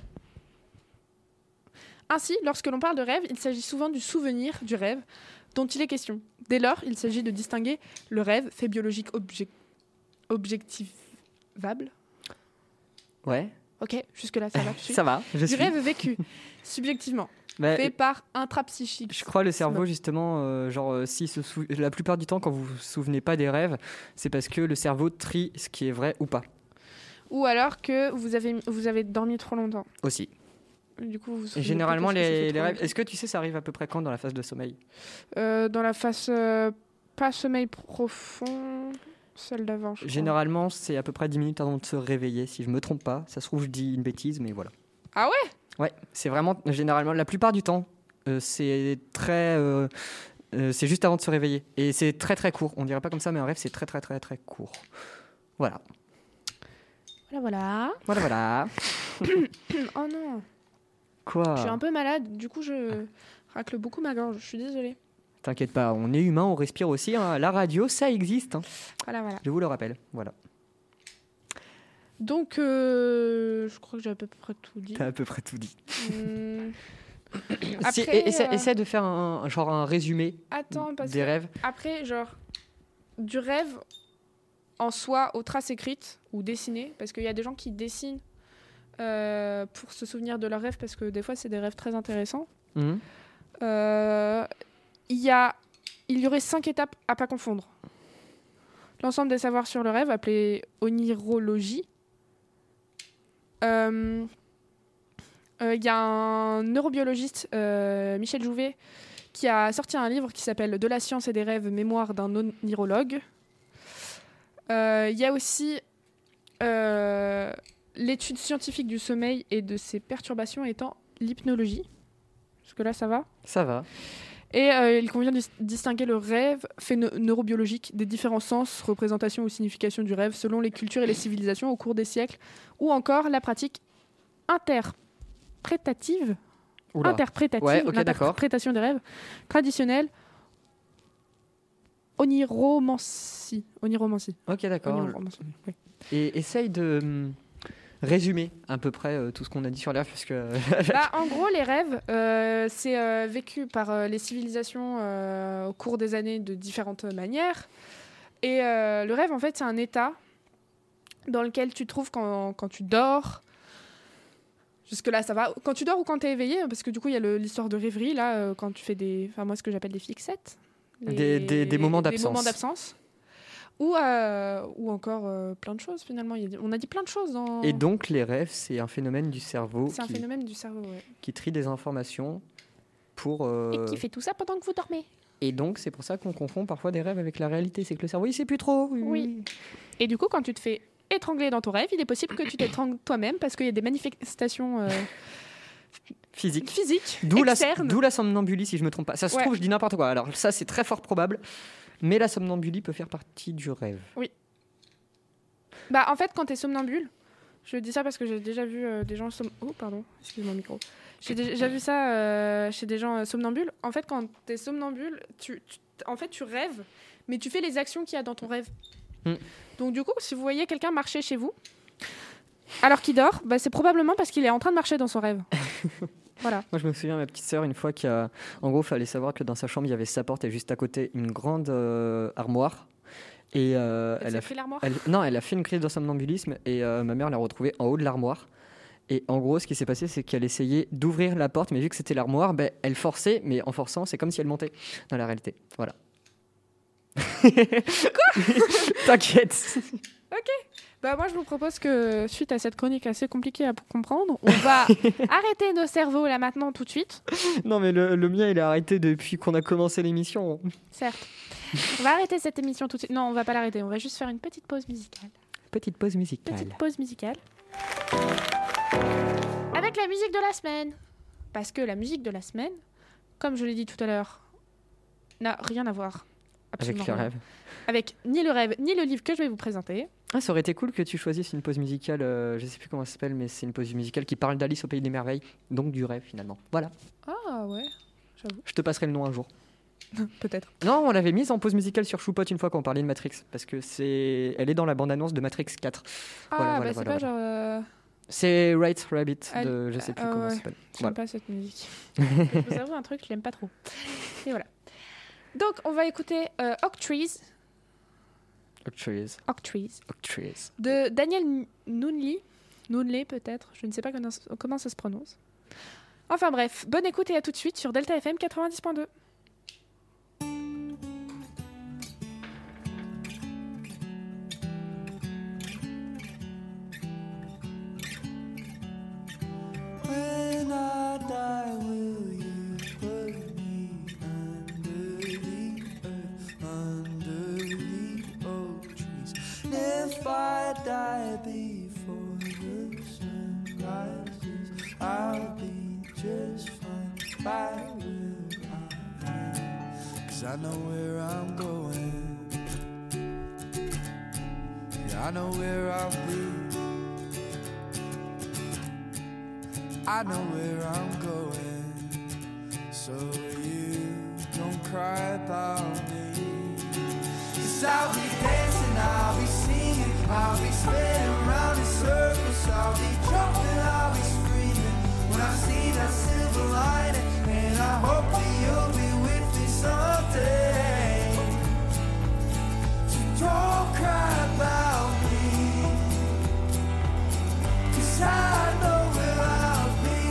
S1: Ainsi, lorsque l'on parle de rêve, il s'agit souvent du souvenir du rêve dont il est question. Dès lors, il s'agit de distinguer le rêve, fait biologique obje- objectivable.
S2: Ouais,
S1: Ok, jusque-là, ça va. je suis-
S2: ça va, je
S1: du
S2: suis.
S1: rêve vécu, [LAUGHS] subjectivement,
S2: Bah,
S1: fait par intrapsychique.
S2: Je crois le cerveau justement, euh, genre euh, si se sou- la plupart du temps quand vous vous souvenez pas des rêves, c'est parce que le cerveau trie ce qui est vrai ou pas
S1: Ou alors que vous avez, vous avez dormi trop longtemps.
S2: aussi.
S1: Du coup, vous vous
S2: Et
S1: souvenez
S2: généralement
S1: peut-être parce que ça
S2: les,
S1: fait
S2: les
S1: trop
S2: rêves.
S1: longtemps.
S2: Est-ce que tu sais ça arrive à peu près quand dans la phase de sommeil
S1: Euh, dans la face euh, pas sommeil profond, celle d'avant. je crois.
S2: Généralement c'est à peu près 10 minutes avant de se réveiller si je me trompe pas. Ça se trouve je dis une bêtise mais voilà.
S1: Ah
S2: ouais Ouais, c'est vraiment généralement la plupart du temps euh, c'est très euh, euh, c'est juste avant de se réveiller et c'est très très court. On dirait pas comme ça mais un rêve c'est très très très très court. Voilà.
S7: voilà voilà.
S2: Voilà voilà.
S1: Oh non,
S2: Quoi
S1: je suis un peu malade, du coup je racle beaucoup ma gorge, je suis désolée.
S2: T'inquiète pas, on est humain, on respire aussi. hein. La radio, ça existe. hein.
S1: Voilà, voilà.
S2: Je vous le rappelle. Voilà.
S1: Donc, euh, je crois que j'ai à peu près tout dit.
S2: à peu près tout dit.
S1: Hmm.
S2: [COUGHS] Si,
S1: Après,
S2: et- essaie,
S1: euh,
S2: essaie de faire un, un- genre un résumé
S1: attends, parce
S2: des
S1: que
S2: rêves.
S1: après, genre, du rêve en soi aux traces écrites ou dessinées, parce qu'il y a des gens qui dessinent euh, pour se souvenir de leurs rêves, parce que des fois c'est des rêves très intéressants.
S2: Mhm.
S1: Euh, il y a, il y aurait cinq étapes à pas confondre. L'ensemble des savoirs sur le rêve, appelé onirologie. Euh, euh, il y a un neurobiologiste, euh, Michel Jouvet, qui a sorti un livre qui s'appelle De la science et des rêves, mémoire d'un onirologue. Euh, il y a aussi euh, l'étude scientifique du sommeil et de ses perturbations étant l'hypnologie. Parce que là, ça va.
S2: Ça va.
S1: Et euh, il convient de dis- distinguer le rêve, fait neu- neurobiologique, des différents sens, représentations ou significations du rêve selon les cultures et les civilisations au cours des siècles, ou encore la pratique interprétative,
S2: Oula.
S1: interprétative,
S2: Ouais, ok, d'accord.
S1: l'interprétation des rêves traditionnelle, oniromancie, oniromancie,
S2: Ok, d'accord.
S1: oniromancie. oui.
S2: Et essaye de hum, résumer à peu près euh, tout ce qu'on a dit sur les rêves, parce que euh,
S1: Bah, en gros, les rêves, euh, c'est euh, vécu par euh, les civilisations euh, au cours des années de différentes manières. Et euh, le rêve, en fait, c'est un état dans lequel tu te trouves quand, quand tu dors. Jusque-là, ça va. Quand tu dors ou quand tu es éveillé, parce que du coup, il y a le- l'histoire de rêverie, là, euh, quand tu fais des. Enfin, moi, ce que j'appelle des fixettes.
S2: Des- des- des moments
S1: Des moments
S2: d'absence.
S1: d'absence. Ou, euh, ou encore euh, plein de choses, finalement. Il y a des- On a dit plein de choses dans.
S2: et donc les rêves, c'est un phénomène du cerveau
S1: Oh. C'est un
S2: qui,
S1: phénomène du cerveau, ouais.
S2: qui trie des informations pour euh,
S7: Et qui fait tout ça pendant que vous dormez.
S2: et donc c'est pour ça qu'on confond parfois des rêves avec la réalité, c'est que le cerveau il sait plus trop.
S7: Oui.
S1: Et du coup, quand tu te fais étrangler dans ton rêve, il est possible que tu t'étrangles toi-même parce qu'il y a des manifestations
S2: [LAUGHS]
S1: euh,
S2: Physique.
S1: physiques
S2: D'où la,
S1: externes.
S2: d'où la somnambulie, si je me trompe pas. Ça se
S1: Ouais.
S2: trouve, je dis n'importe quoi. Alors, ça, c'est très fort probable. Mais la somnambulie peut faire partie du rêve.
S1: Bah, en fait, quand t'es somnambule, je dis ça parce que j'ai déjà vu euh, des gens som- Oh, pardon, excuse mon micro. J'ai déjà vu ça euh, chez des gens euh, somnambules. En fait, quand t'es somnambule, tu, tu- en fait, tu rêves, mais tu fais les actions qu'il y a dans ton rêve.
S2: Mm.
S1: Donc, du coup, si vous voyez quelqu'un marcher chez vous,
S7: Alors qu'il dort, bah, c'est probablement parce qu'il est en train de marcher dans son rêve.
S2: Moi, je me souviens, ma petite sœur, une fois, qui a... en gros, fallait savoir que dans sa chambre, il y avait sa porte et juste à côté, une grande euh, armoire. Et euh,
S7: Elle
S2: elle, a
S7: s'est pris l'armoire.
S2: Elle- non, elle a fait une crise de somnambulisme et euh, ma mère l'a retrouvée en haut de l'armoire. Et en gros, ce qui s'est passé, c'est qu'elle essayait d'ouvrir la porte, mais vu que c'était l'armoire, ben, elle forçait, mais en forçant, c'est comme si elle montait dans la réalité. Voilà. Quoi [LAUGHS] T'inquiète.
S7: Bah moi je vous propose que suite à cette chronique assez compliquée à p- comprendre, on
S2: [LAUGHS]
S7: va arrêter nos cerveaux là maintenant tout de suite.
S2: Non, mais le, le mien, il a arrêté depuis qu'on a commencé l'émission.
S7: Certes. On va arrêter cette émission tout de suite. Non, on va pas l'arrêter, on va juste faire une petite pause musicale.
S2: Petite pause musicale.
S7: Petite pause musicale. Avec la musique de la semaine. Parce que la musique de la semaine, comme je l'ai dit tout à l'heure, n'a rien à voir. absolument
S2: Avec le
S7: rien.
S2: rêve.
S7: Avec ni le rêve, ni le livre que je vais vous présenter.
S2: Ah, ça aurait été cool que tu choisisses une pause musicale, euh, je sais plus comment ça s'appelle, mais c'est une pause musicale qui parle d'Alice au Pays des Merveilles, donc du rêve finalement. Voilà,
S7: Ah ouais,
S2: je te passerai le nom un jour.
S7: [LAUGHS] peut-être.
S2: Non, on l'avait mise en pause musicale sur Choupot une fois qu'on parlait de Matrix, parce que c'est, elle est dans la bande-annonce de Matrix 4.
S7: Ah
S2: Voilà,
S7: bah c'est
S2: voilà, voilà,
S7: pas genre... euh,
S2: C'est Right Rabbit
S7: Elle-
S2: de, je sais plus
S7: ah
S2: comment
S7: ouais.
S2: ça s'appelle.
S7: J'aime
S2: Voilà.
S7: pas cette musique. je vous avoue un truc, je l'aime pas trop. Et voilà. Donc, on va écouter euh, Oak Trees,
S2: Octrees,
S7: Oak Trees,
S2: Octrees.
S7: de Daniel Noonley. Noonley, peut-être, je ne sais pas comment, comment ça se prononce. Enfin bref, bonne écoute et à tout de suite sur Delta FM 90.2.
S8: When I die, will you put me under the earth, under the oak trees? And if I die before the sun rises, I'll be just fine. By where I am, 'cause I know where I'm going. Yeah, I know where I'll be. I know where I'm going, so you don't cry about me. Cause I'll be dancing, I'll be singing, I'll be spinning around in circles, I'll be jumping, I'll be screaming. When I see that silver lining, and I hope that you'll be with me someday. So don't cry about me. Cause I know where I'll be.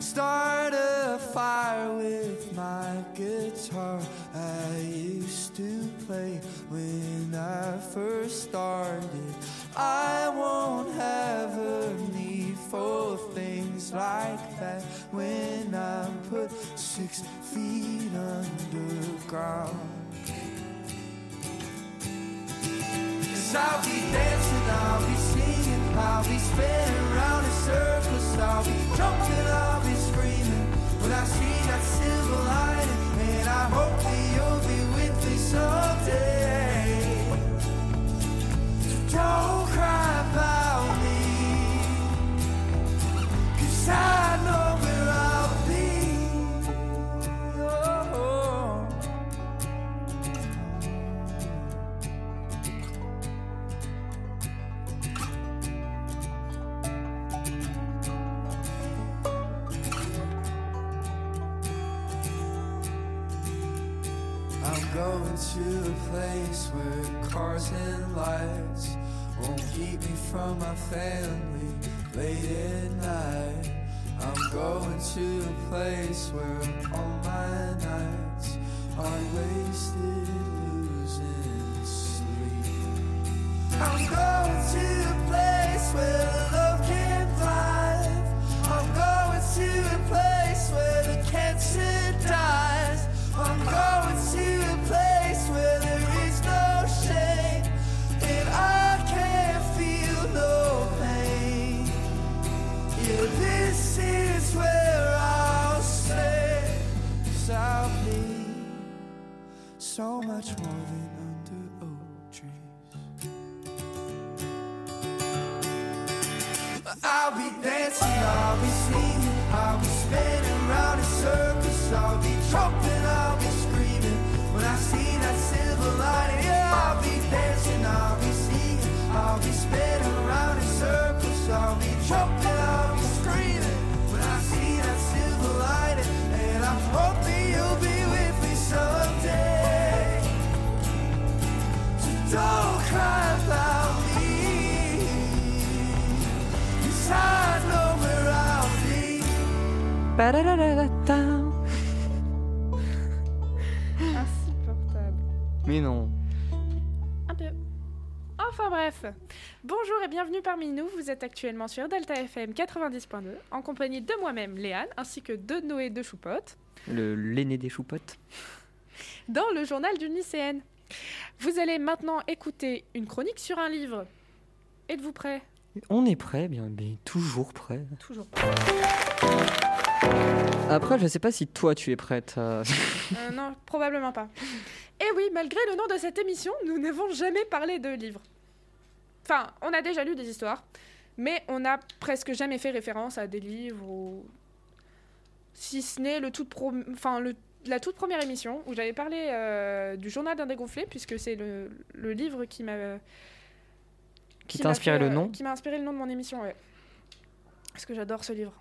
S8: Start a fire with my guitar. I used to play when I first started. I won't have a need for things like that when I'm put six feet underground. Cause I'll be dancing, I'll be singing, I'll be spinning around in circles, I'll be jumping, I'll be screaming. When I see that silver lining, and I hope that you'll be with me someday. So don't cry about me, cause I know where I'll be. Oh. I'm going to a place where cars and lights won't keep me from my family late at night. I'm going to a place where all my nights are wasted losing sleep. I'm going to a place where love can thrive. I'm going to a place where the cancer dies. I'm going to a place where there is no shame. And I can't feel no pain. Yeah, this is where I'll stay. Cause I'll be so much more than under oak trees. I'll be dancing, I'll be singing, I'll be spinning round in circles, I'll be jumping, I'll be screaming. When I see that silver lining, yeah, I'll be dancing, I'll Don't cry about me. 'Cause I know where I'll be.
S9: Insupportable.
S2: Mais non.
S1: Un peu. Enfin bref. Bonjour et bienvenue parmi nous. Vous êtes actuellement sur Delta FM 90.2 en compagnie de moi-même, Léane, ainsi que de Noé de Choupote,
S2: Le- L'aîné des choupottes.
S1: dans le journal d'une lycéenne. Vous allez maintenant écouter une chronique sur un livre. Êtes-vous prêts
S2: On est prêt, bien, mais toujours prêt.
S1: Toujours.
S2: Après, je sais pas si toi tu es prête. à-
S1: Euh, non, probablement pas. Et oui, malgré le nom de cette émission, nous n'avons jamais parlé de livres. Enfin, on a déjà lu des histoires, mais on n'a presque jamais fait référence à des livres ou... Si ce n'est le tout pro... enfin, le... la toute première émission où j'avais parlé euh, du journal d'un dégonflé, puisque c'est le... le livre qui m'a...
S2: [LAUGHS] Qui
S1: m'a
S2: t'a inspiré
S1: fait,
S2: le
S1: euh,
S2: nom
S1: Qui m'a inspiré le nom de mon émission, ouais. Parce que j'adore ce livre.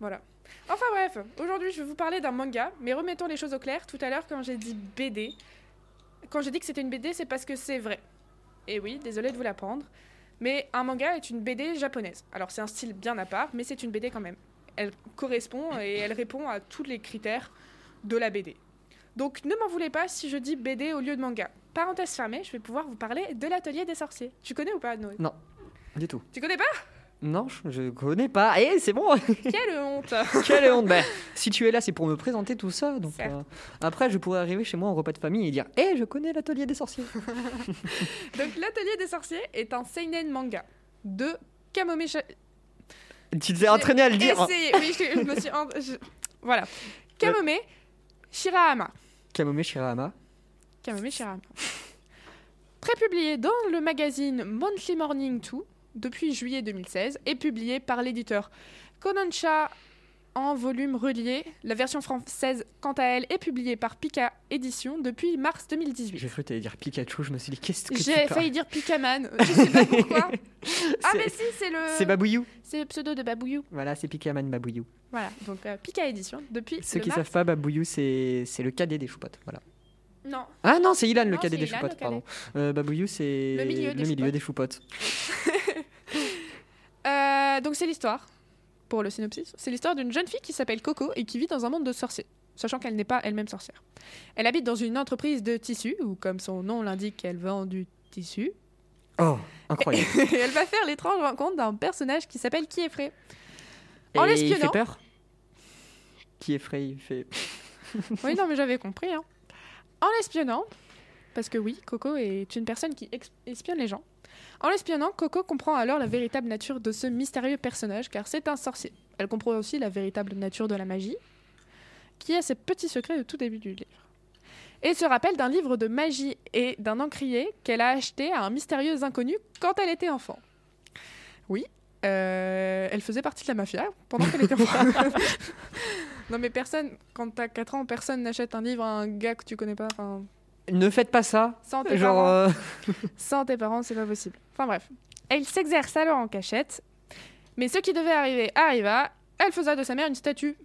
S1: Voilà. Enfin bref, aujourd'hui je vais vous parler d'un manga, mais remettons les choses au clair. Tout à l'heure, quand j'ai dit BD, quand j'ai dit que c'était une BD, c'est parce que c'est vrai. Et oui, désolé de vous l'apprendre, mais un manga est une BD japonaise. Alors c'est un style bien à part, mais c'est une BD quand même. Elle correspond et elle répond à tous les critères de la BD. Donc ne m'en voulez pas si je dis BD au lieu de manga. Parenthèse fermée, je vais pouvoir vous parler de l'atelier des sorciers. Tu connais ou pas, Noé
S7: euh,
S2: Du tout.
S1: Tu connais pas
S2: Non, je, je connais pas. Eh, c'est bon
S1: [LAUGHS] Quelle honte
S2: Quelle honte bah, Si tu es là, c'est pour me présenter tout ça. Donc,
S1: Certes.
S2: euh, après, je pourrais arriver chez moi en repas de famille et dire Eh, je connais l'atelier
S1: [LAUGHS]
S2: des sorciers.
S1: Donc l'atelier des sorciers est un seinen manga de Kamome Sha-
S2: tu t'es entraîné à le dire.
S1: Essayez, oui, je, je me suis. en- je- Voilà. Kamome Shirahama.
S2: Kamome Shirahama.
S1: Kamome Shirahama. Très publié dans le magazine Monthly Morning 2 depuis juillet 2016 et publié par l'éditeur Kodansha en volume relié. La version française, quant à elle, est publiée par Pika Édition depuis mars 2018.
S2: J'ai cru que t'allais dire Pikachu. Je me suis dit Qu'est-ce que tu
S1: J'ai
S2: parles
S1: failli dire Pikaman, je sais
S2: [LAUGHS]
S1: pas pourquoi. Ah
S2: C'est-
S1: mais si, c'est le
S2: C'est Babouyou.
S1: c'est le pseudo de Babouyou.
S2: Voilà, c'est Pikaman Babouyou.
S1: Voilà, donc euh, Pika Édition depuis
S2: Ceux
S1: le
S2: qui
S1: mars-
S2: savent pas, Babouyou, c'est c'est le cadet des choupottes. Voilà.
S1: Non,
S2: Ah non, c'est Ilan le
S1: Non,
S2: cadet
S1: c'est
S2: des
S1: Ilan,
S2: choupottes,
S1: le
S2: pardon. Euh, Babouyou, c'est
S1: Le milieu des
S2: milieu des choupottes.
S1: Euh, donc c'est l'histoire, pour le synopsis, c'est l'histoire d'une jeune fille qui s'appelle Coco et qui vit dans un monde de sorciers, sachant qu'elle n'est pas elle-même sorcière. Elle habite dans une entreprise de tissus, ou comme son nom l'indique, elle vend du tissu, [LAUGHS]
S2: Oh, incroyable.
S1: et elle va faire l'étrange rencontre d'un personnage qui s'appelle Kiefré. [LAUGHS] En
S2: Et il fait
S1: l'espionnant-
S2: peur Qui effraie, il fait.
S1: Oui, non, mais j'avais compris. hein. En l'espionnant, parce que oui, Coco est une personne qui ex- espionne les gens. En l'espionnant, Coco comprend alors la véritable nature de ce mystérieux personnage, car c'est un sorcier. Elle comprend aussi la véritable nature de la magie, qui a ses petits secrets au tout début du livre. Et se rappelle d'un livre de magie et d'un encrier qu'elle a acheté à un mystérieux inconnu quand elle était enfant. Oui, euh, elle faisait partie de la mafia pendant qu'elle était enfant. Non mais personne, quand t'as 4 ans, personne n'achète un livre à un gars que tu connais pas. Enfin,
S2: Ne faites pas ça.
S1: sans tes
S2: Genre.
S1: parents,
S2: euh,
S1: sans tes parents, c'est pas possible. Enfin bref, elle s'exerce alors en cachette. Mais ce qui devait arriver arriva. Elle faisait de sa mère une statue,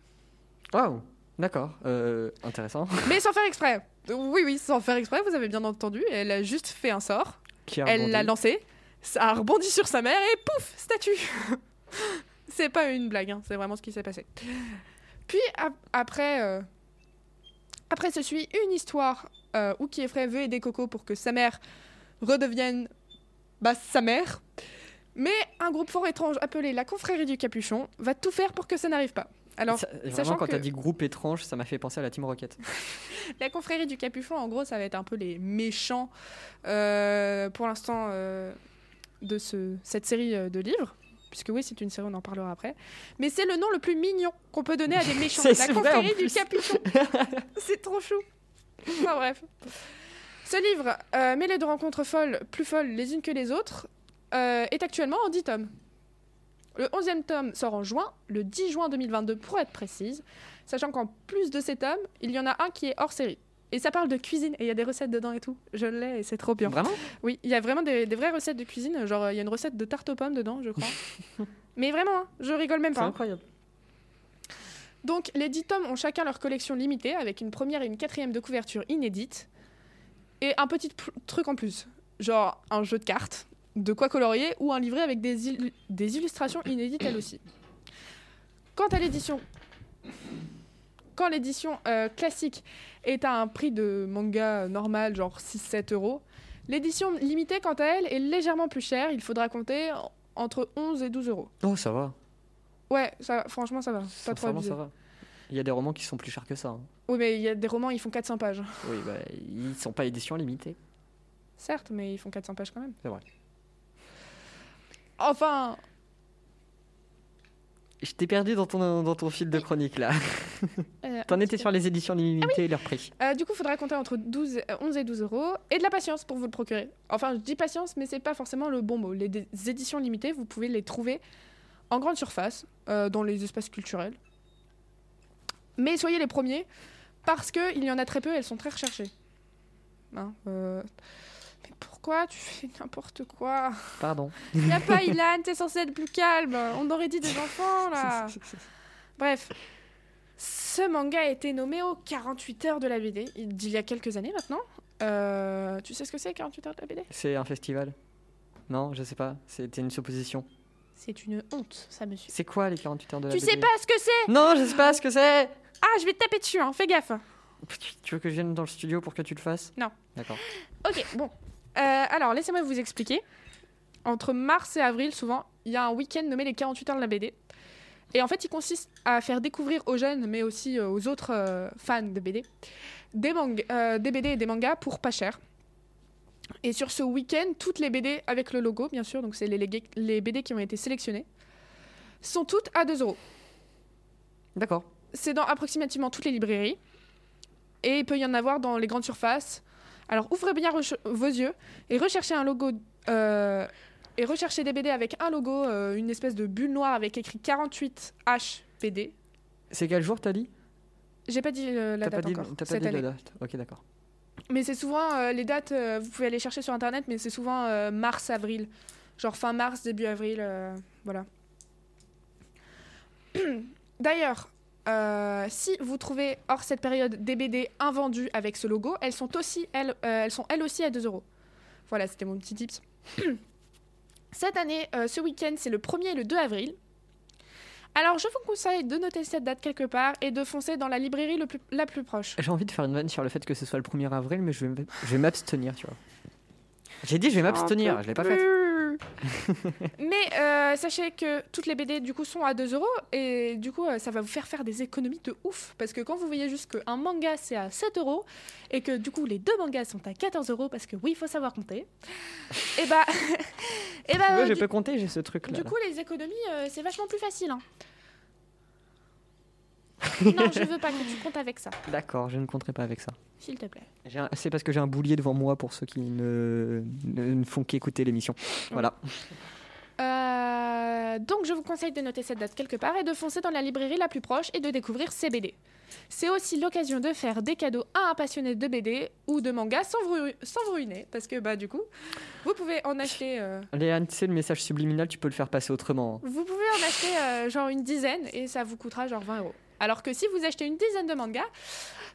S2: Waouh, d'accord, Euh, intéressant. [LAUGHS]
S1: mais sans faire exprès. Oui oui, sans faire exprès, vous avez bien entendu. Elle a juste fait un sort.
S2: Qui a
S1: elle
S2: rebondi.
S1: l'a lancé, ça a rebondi sur sa mère et pouf, statue. [LAUGHS] c'est pas une blague, hein, c'est vraiment ce qui s'est passé. Puis ap- après, euh, après se suit une histoire euh, où Kiefrey veut aider Coco pour que sa mère redevienne bah, sa mère. Mais un groupe fort étrange appelé la confrérie du Capuchon va tout faire pour que ça n'arrive pas. Alors,
S2: Ça- vraiment,
S1: sachant
S2: quand
S1: que-
S2: t'as dit groupe étrange, ça m'a fait penser à la Team Rocket.
S1: La confrérie du Capuchon, en gros, ça va être un peu les méchants euh, pour l'instant euh, de ce, cette série euh, de livres. Puisque oui, c'est une série, on en parlera après. Mais c'est le nom le plus mignon qu'on peut donner à des méchants.
S2: [LAUGHS] C'est
S1: La
S2: vrai, en
S1: confrérie du
S2: plus. [LAUGHS]
S1: Capuchon. c'est trop chou. Enfin bref. Ce livre, euh, mêlé de rencontres folles, plus folles les unes que les autres, euh, est actuellement en 10 tomes. Le 11e tome sort en juin, le 10 juin 2022 pour être précise, sachant qu'en plus de ces tomes, il y en a un qui est hors série. Et ça parle de cuisine, et il y a des recettes dedans et tout. Je l'ai et c'est trop bien.
S2: Vraiment
S1: Oui, il y a vraiment des, des vraies recettes de cuisine, genre euh, il y a une recette de tarte aux pommes dedans, je
S2: [LAUGHS]
S1: crois. Mais vraiment, hein, je rigole même
S2: C'est
S1: pas. hein.
S2: incroyable.
S1: Donc, les 10 tomes ont chacun leur collection limitée, avec une première et une quatrième de couverture inédite, et un petit pl- truc en plus. genre un jeu de cartes, de quoi colorier ou un livret avec des, il- des illustrations inédites elle aussi. Quant à l'édition, quand l'édition euh, classique est à un prix de manga normal, genre 6-7 euros, l'édition limitée, quant à elle, est légèrement plus chère. Il faudra compter en- entre 11 et 12 euros.
S2: Oh, ça va.
S1: Ouais, ça, franchement, ça va. Pas trop
S2: Sincèrement,
S1: abusé.
S2: ça va. Il y a des romans qui sont plus chers que ça. hein.
S1: Oui, mais il y a des romans, ils font 400 pages.
S2: Oui, bah, ils sont pas édition limitée.
S1: Certes, mais ils font 400 pages quand même.
S2: C'est vrai.
S1: Enfin,
S2: Je t'ai perdu dans ton, dans ton fil de chronique là.
S1: euh,
S2: T'en étais sur les éditions limitées et leur prix.
S1: euh, du coup, il faudra compter entre 12, euh, 11 et 12 euros et de la patience pour vous le procurer. Enfin, je dis patience, mais c'est pas forcément le bon mot. Les dé- éditions limitées, vous pouvez les trouver en grande surface, euh, dans les espaces culturels. Mais soyez les premiers, parce qu'il y en a très peu, elles sont très recherchées. Hein, euh, Mais pourquoi tu fais n'importe quoi
S2: Pardon.
S1: Y'a pas Ilan, t'es censé être plus calme. On aurait dit des enfants Ah là. Bref. Ce manga a été nommé aux 48 heures de la BD, d'il y a quelques années maintenant. Euh, tu sais ce que c'est, 48 heures de la BD
S2: C'est un festival Non, je sais pas. C'était une supposition.
S1: C'est une honte, ça, monsieur.
S2: C'est quoi les 48 heures de la
S1: Tu sais
S2: BD?
S1: pas ce que c'est
S2: Non, je sais pas ce que c'est
S1: Ah, je vais te taper dessus, hein, fais gaffe.
S2: Tu veux que je vienne dans le studio pour que tu le fasses
S1: Non.
S2: D'accord.
S1: Ok, bon. Euh, alors, laissez-moi vous expliquer. Entre mars et avril, souvent, il y a un week-end nommé les 48 heures de la BD. Et en fait, il consiste à faire découvrir aux jeunes, mais aussi euh, aux autres euh, fans de BD, des, mang- euh, des BD et des mangas pour pas cher. Et sur ce week-end, toutes les BD avec le logo, bien sûr, donc c'est les, les- les BD qui ont été sélectionnées, sont toutes à 2 euros.
S2: D'accord.
S1: C'est dans approximativement toutes les librairies. Et il peut y en avoir dans les grandes surfaces. Alors ouvrez bien reche- vos yeux et recherchez un logo. euh, et recherchez des BD avec un logo, euh, une espèce de bulle noire avec écrit 48H BD.
S2: C'est quel jour t'as dit
S1: J'ai pas dit euh, la
S2: T'as pas
S1: date
S2: dit,
S1: encore.
S2: t'as pas
S1: cette
S2: dit
S1: année.
S2: la date. Ok, d'accord.
S1: Mais c'est souvent euh, les dates, euh, vous pouvez aller chercher sur internet, mais c'est souvent euh, mars-avril. Genre fin mars, début avril, euh, voilà. [CLEARS THROAT] D'ailleurs, euh, si vous trouvez hors cette période des BD invendues avec ce logo, elles sont, aussi, elles, euh, elles sont elles aussi à 2 euros. Voilà, c'était mon petit tips. [CLEARS THROAT] cette année, euh, ce week-end, c'est le 1er et le 2 avril. Alors, je vous conseille de noter cette date quelque part et de foncer dans la librairie le plus- la plus proche.
S2: J'ai envie de faire une vanne sur le fait que ce soit le 1er avril, mais je vais, m- je vais m'abstenir, tu vois. J'ai dit je vais m'abstenir, je l'ai pas fait.
S1: [LAUGHS] Mais euh, sachez que toutes les BD du coup sont à 2 euros et du coup euh, ça va vous faire faire des économies de ouf parce que quand vous voyez juste qu'un manga c'est à 7 euros et que du coup les deux mangas sont à 14 euros parce que oui il faut savoir
S2: [LAUGHS]
S1: compter et bah [LAUGHS] et bah
S2: Tu vois,
S1: euh,
S2: je
S1: du,
S2: peux compter, j'ai ce truc là.
S1: du coup les économies euh, c'est vachement plus facile
S2: [LAUGHS]
S1: hein. non je veux pas que tu comptes avec ça
S2: D'accord, je ne compterai pas avec ça.
S1: s'il te plaît
S2: J'ai un- C'est parce que j'ai un boulier devant moi pour ceux qui ne, ne, ne font qu'écouter l'émission. Voilà.
S1: Euh, donc je vous conseille de noter cette date quelque part et de foncer dans la librairie la plus proche et de découvrir ces BD. C'est aussi l'occasion de faire des cadeaux à un passionné de BD ou de manga sans vous, ru- sans vous ruiner, parce que bah du coup, vous pouvez en acheter, euh,
S2: Léane, tu sais, le message subliminal, tu peux le faire passer autrement.
S1: vous pouvez en acheter euh, genre une dizaine et ça vous coûtera genre 20 euros. Alors que si vous achetez une dizaine de mangas,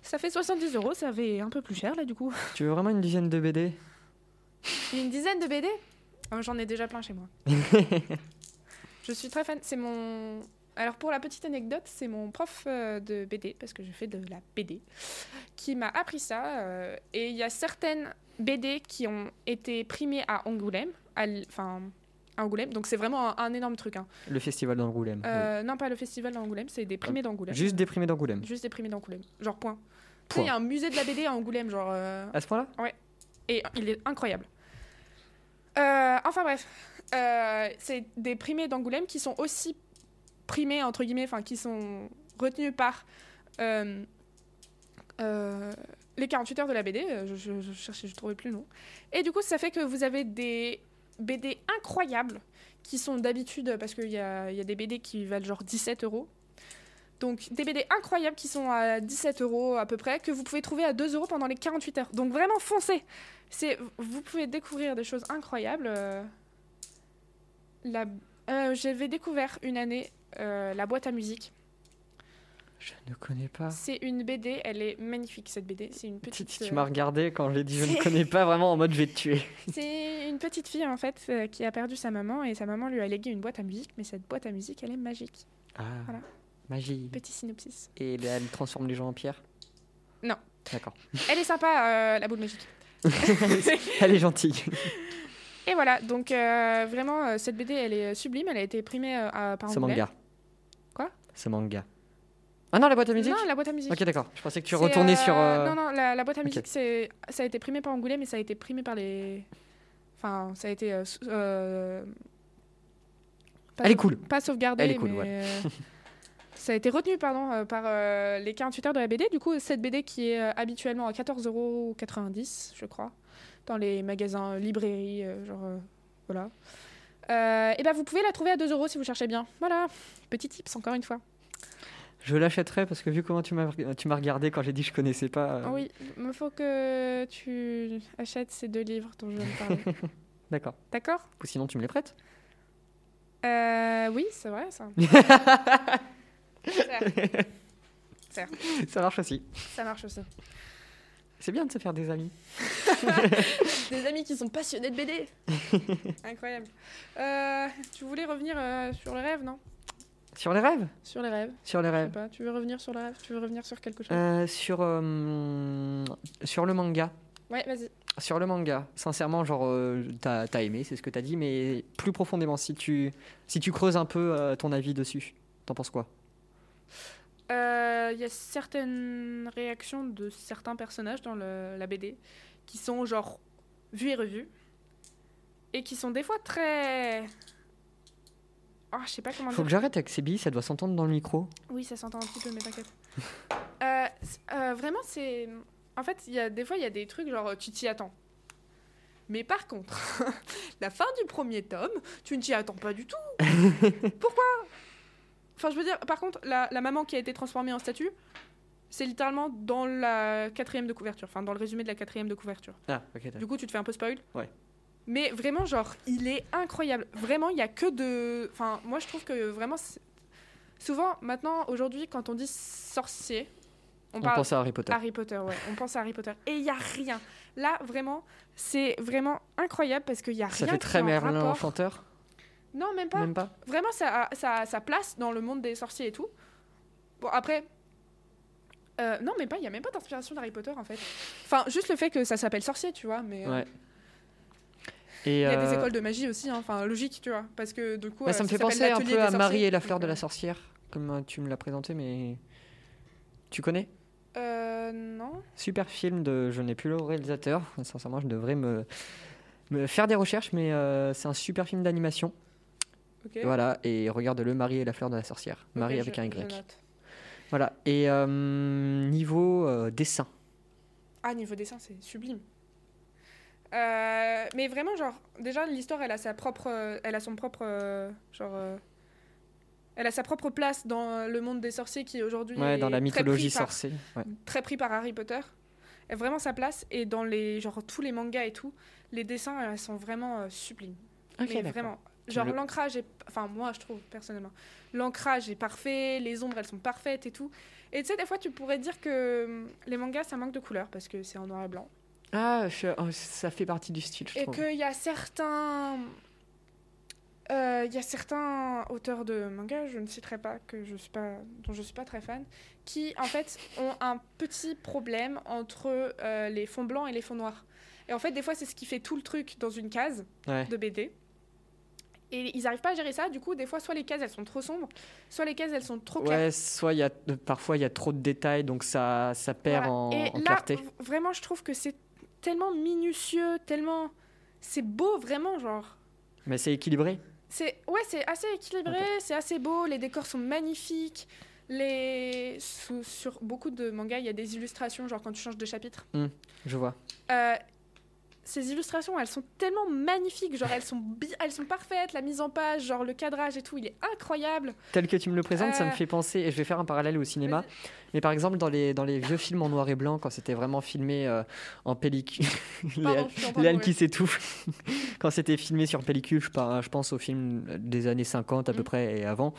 S1: ça fait 70 euros, ça fait un peu plus cher là du coup.
S2: Tu veux vraiment une dizaine de BD
S1: Une dizaine de BD Oh, J'en ai déjà plein chez
S2: [LAUGHS]
S1: moi. je suis très fan. C'est mon. Alors, pour la petite anecdote, c'est mon prof euh, de BD, parce que je fais de la BD, qui m'a appris ça. euh, et il y a certaines BD qui ont été primées à Angoulême. à l- Enfin, à Angoulême. Donc, c'est vraiment un, un énorme truc. hein.
S2: Le festival d'Angoulême. oui. Ah,
S1: Euh, Non, pas le festival d'Angoulême, c'est des primés d'Angoulême.
S2: Juste déprimé d'Angoulême.
S1: Juste des primés d'Angoulême. Genre, point. Tu sais,
S2: Point.
S1: il y a un musée de la BD à Angoulême, genre. euh,
S2: À ce point-là
S1: et il est incroyable. Euh, enfin bref, Euh, c'est des primés d'Angoulême qui sont aussi primés, entre guillemets, enfin qui sont retenus par euh, euh, les 48 heures de la BD. Euh, Je, je- je cherchais, je trouvais plus le nom. Et du coup, ça fait que vous avez des BD incroyables qui sont d'habitude, parce qu'il y a, il y a des BD qui valent genre 17 euros. Donc des BD incroyables qui sont à 17 euros à peu près, que vous pouvez trouver à 2 euros pendant les 48 heures. Donc vraiment foncez c'est vous pouvez découvrir des choses incroyables. euh, la, euh, j'avais découvert une année euh, la boîte à musique.
S2: Je ne connais pas.
S1: C'est une BD, elle est magnifique cette BD. C'est une
S2: Tu,
S1: petite.
S2: tu- tu
S1: euh,
S2: m'as regardé quand j'ai dit je ne
S1: c'est-
S2: connais pas vraiment en mode je vais te tuer.
S1: euh, C'est une petite fille en fait euh, qui a perdu sa maman et sa maman lui a légué une boîte à musique, mais cette boîte à musique elle est magique.
S2: Ah,
S1: Voilà.
S2: magie.
S1: Petit synopsis.
S2: Et là, elle transforme les gens en pierre
S1: Non. [LAUGHS]
S2: D'accord. [LAUGHS]
S1: Elle est sympa euh, la boule magique.
S2: Elle est gentille.
S1: Et voilà, donc euh, vraiment euh, cette BD elle est sublime, elle a été primée euh, à- par
S2: Ce
S1: Angoulême.
S2: manga.
S1: Quoi
S2: Ce manga. Ah non, la boîte à musique
S1: Non, la boîte à musique.
S2: Ok, d'accord. Je pensais que tu
S1: C'est,
S2: retournais
S1: euh,
S2: sur. euh,
S1: Non, non, la, la boîte à
S2: ok.
S1: musique, c'est, ça a été primé par Angoulême, mais ça a été primé par les. Enfin, ça a été. euh, sou- euh, pas
S2: Elle est
S1: sauve-
S2: cool.
S1: Pas sauvegardé.
S2: Elle est cool,
S1: mais,
S2: ouais. [LAUGHS]
S1: euh, ça a été retenu, pardon, euh, par euh, les 48 heures de la BD. Du coup, cette BD qui est euh, habituellement à 14,90€, je crois, dans les magasins, euh, librairies, euh, genre. euh, voilà. et ben vous pouvez la trouver à 2 euros si vous cherchez bien. Voilà, petit tips encore une fois.
S2: Je l'achèterais parce que vu comment tu m'as tu m'as regardé quand j'ai dit je connaissais pas. euh,
S1: Ah Oui, il faut que tu achètes ces deux livres dont je viens de parler. [LAUGHS]
S2: D'accord.
S1: D'accord
S2: Ou sinon, tu me
S1: [LAUGHS]
S2: les prêtes
S1: Euh, Oui, c'est vrai [LAUGHS] ça.
S2: Ça marche aussi.
S1: Ça marche aussi.
S2: C'est bien de se faire des amis.
S1: Des amis qui sont passionnés de [LAUGHS] BD Incroyable. Euh, tu voulais revenir euh, sur le rêve, non
S2: Sur les rêves
S1: Sur les rêves.
S2: Sur les
S1: Je sais
S2: rêves.
S1: pas. Tu veux revenir sur le rêve Tu veux revenir sur quelque chose
S2: Euh, sur, euh, sur le manga.
S1: Ouais, vas-y.
S2: Sur le manga, sincèrement, genre, euh, t'as t'as aimé, c'est ce que t'as dit, mais plus profondément, si tu, si tu creuses un peu euh, ton avis dessus, t'en penses quoi
S1: Euh, Il y a certaines réactions de certains personnages dans le- la BD qui sont genre vues et revues et qui sont des fois très. Ah, je sais pas comment
S2: Faut
S1: dire.
S2: que j'arrête avec ces billes, ça doit s'entendre dans le micro.
S1: Oui, ça s'entend un petit peu, mais t'inquiète. [LAUGHS] Euh, c- euh, vraiment, c'est. En fait, il y a, des fois, il y a des trucs genre tu t'y attends. Mais par contre, [LAUGHS] la fin du premier tome, tu ne t'y attends pas du tout. Pourquoi Enfin, je veux dire, par contre, la, la maman qui a été transformée en statue, c'est littéralement dans la quatrième de couverture, enfin, dans le résumé de la quatrième de couverture.
S2: Ah, ok,
S1: Du coup, tu te fais un peu spoil.
S2: Ouais.
S1: Mais vraiment, genre, il est incroyable. Vraiment, il y a que de. Enfin, moi, je trouve que vraiment. c'est- Souvent, maintenant, aujourd'hui, quand on dit sorcier, on,
S2: On
S1: parle
S2: pense à Harry Potter.
S1: Harry Potter, ouais. On pense à Harry Potter. Et il y a rien. Là, vraiment, c'est vraiment incroyable parce qu'il y a
S2: Ça
S1: rien.
S2: fait
S1: qui
S2: très
S1: a un
S2: Merlin
S1: rapport.
S2: Enchanteur
S1: Non, même pas.
S2: Même pas
S1: Vraiment, ça a, ça a sa place dans le monde des sorciers et tout. Bon, après. euh, non, mais pas, il n'y a même pas d'inspiration d'Harry Potter en fait. Enfin, juste le fait que ça s'appelle sorcier, tu vois. Mais, euh,
S2: Ouais.
S1: il
S2: Et,
S1: y a des
S2: euh,
S1: écoles de magie aussi, hein. enfin logique, tu vois, parce que du coup.
S2: bah,
S1: euh,
S2: ça me fait
S1: s'appelle
S2: penser un
S1: l'atelier
S2: peu
S1: des
S2: à Marie
S1: sorciers,
S2: et la
S1: donc,
S2: fleur de
S1: euh,
S2: la sorcière, comme euh, tu me l'as présenté, mais. Tu connais
S1: Euh, non.
S2: Super film de. Je n'ai plus le réalisateur. Sincèrement, je devrais me, me faire des recherches, mais euh, c'est un super film d'animation.
S1: Ok.
S2: Voilà, et regarde-le, Marie et la fleur de la sorcière.
S1: Ok,
S2: Marie
S1: je-
S2: avec un
S1: je
S2: Y.
S1: note.
S2: Voilà, et euh, niveau euh, dessin.
S1: Ah, niveau dessin, c'est sublime. Euh, mais vraiment, genre, déjà, l'histoire, elle a sa propre. euh, Elle a son propre. euh, genre. euh, elle a sa propre place dans le monde des sorciers qui aujourd'hui.
S2: Ouais, dans
S1: est
S2: la
S1: très
S2: mythologie
S1: pris par-
S2: sorcière. Ouais.
S1: très pris par Harry Potter. Elle a vraiment sa place et dans les genre tous les mangas et tout, les dessins elles sont vraiment euh, sublimes.
S2: Ok,
S1: Mais
S2: d'accord.
S1: vraiment, genre
S2: Le-
S1: l'ancrage est enfin moi je trouve personnellement, l'ancrage est parfait, les ombres elles sont parfaites et tout. Et tu sais des fois tu pourrais dire que hum, les mangas ça manque de couleur parce que c'est en noir et blanc
S2: Ah, je- oh, ça fait partie du style, je
S1: et
S2: trouve.
S1: qu'il y a certains euh, il y a certains auteurs de manga, je ne citerai pas, que je suis pas, dont je ne suis pas très fan, qui en fait ont un petit problème entre euh, les fonds blancs et les fonds noirs. Et en fait, des fois, c'est ce qui fait tout le truc dans une case
S2: Ouais.
S1: de BD. Et ils n'arrivent pas à gérer ça. Du coup, des fois, soit les cases, elles sont trop sombres, soit les cases, elles sont trop claires.
S2: Ouais, soit il y a, euh, parfois il y a trop de détails, donc ça, ça perd
S1: Voilà.
S2: en,
S1: Et
S2: en
S1: là,
S2: clarté.
S1: v- Vraiment, je trouve que c'est tellement minutieux, tellement... C'est beau, vraiment, genre...
S2: Mais c'est équilibré.
S1: C'est ouais, c'est assez équilibré, c'est assez beau, les décors sont magnifiques. Les sous- sur beaucoup de mangas, il y a des illustrations genre quand tu changes de chapitre.
S2: Je vois.
S1: Euh, ces illustrations, elles sont tellement magnifiques, genre elles sont bi- elles sont parfaites, la mise en page, genre le cadrage et tout, il est incroyable.
S2: Tel que tu me le présentes, ça me
S1: Euh,
S2: fait penser, et je vais faire un parallèle au cinéma, mais par exemple dans les, dans les vieux films en noir et blanc, quand c'était vraiment filmé euh, en pellicule, [LAUGHS]
S1: Pardon, je suis en train de
S2: l'âne
S1: mourir.
S2: qui s'étouffe, [LAUGHS] quand c'était filmé sur pellicule, je, par- je pense aux films des années 50 à peu
S1: Mhm.
S2: près et avant,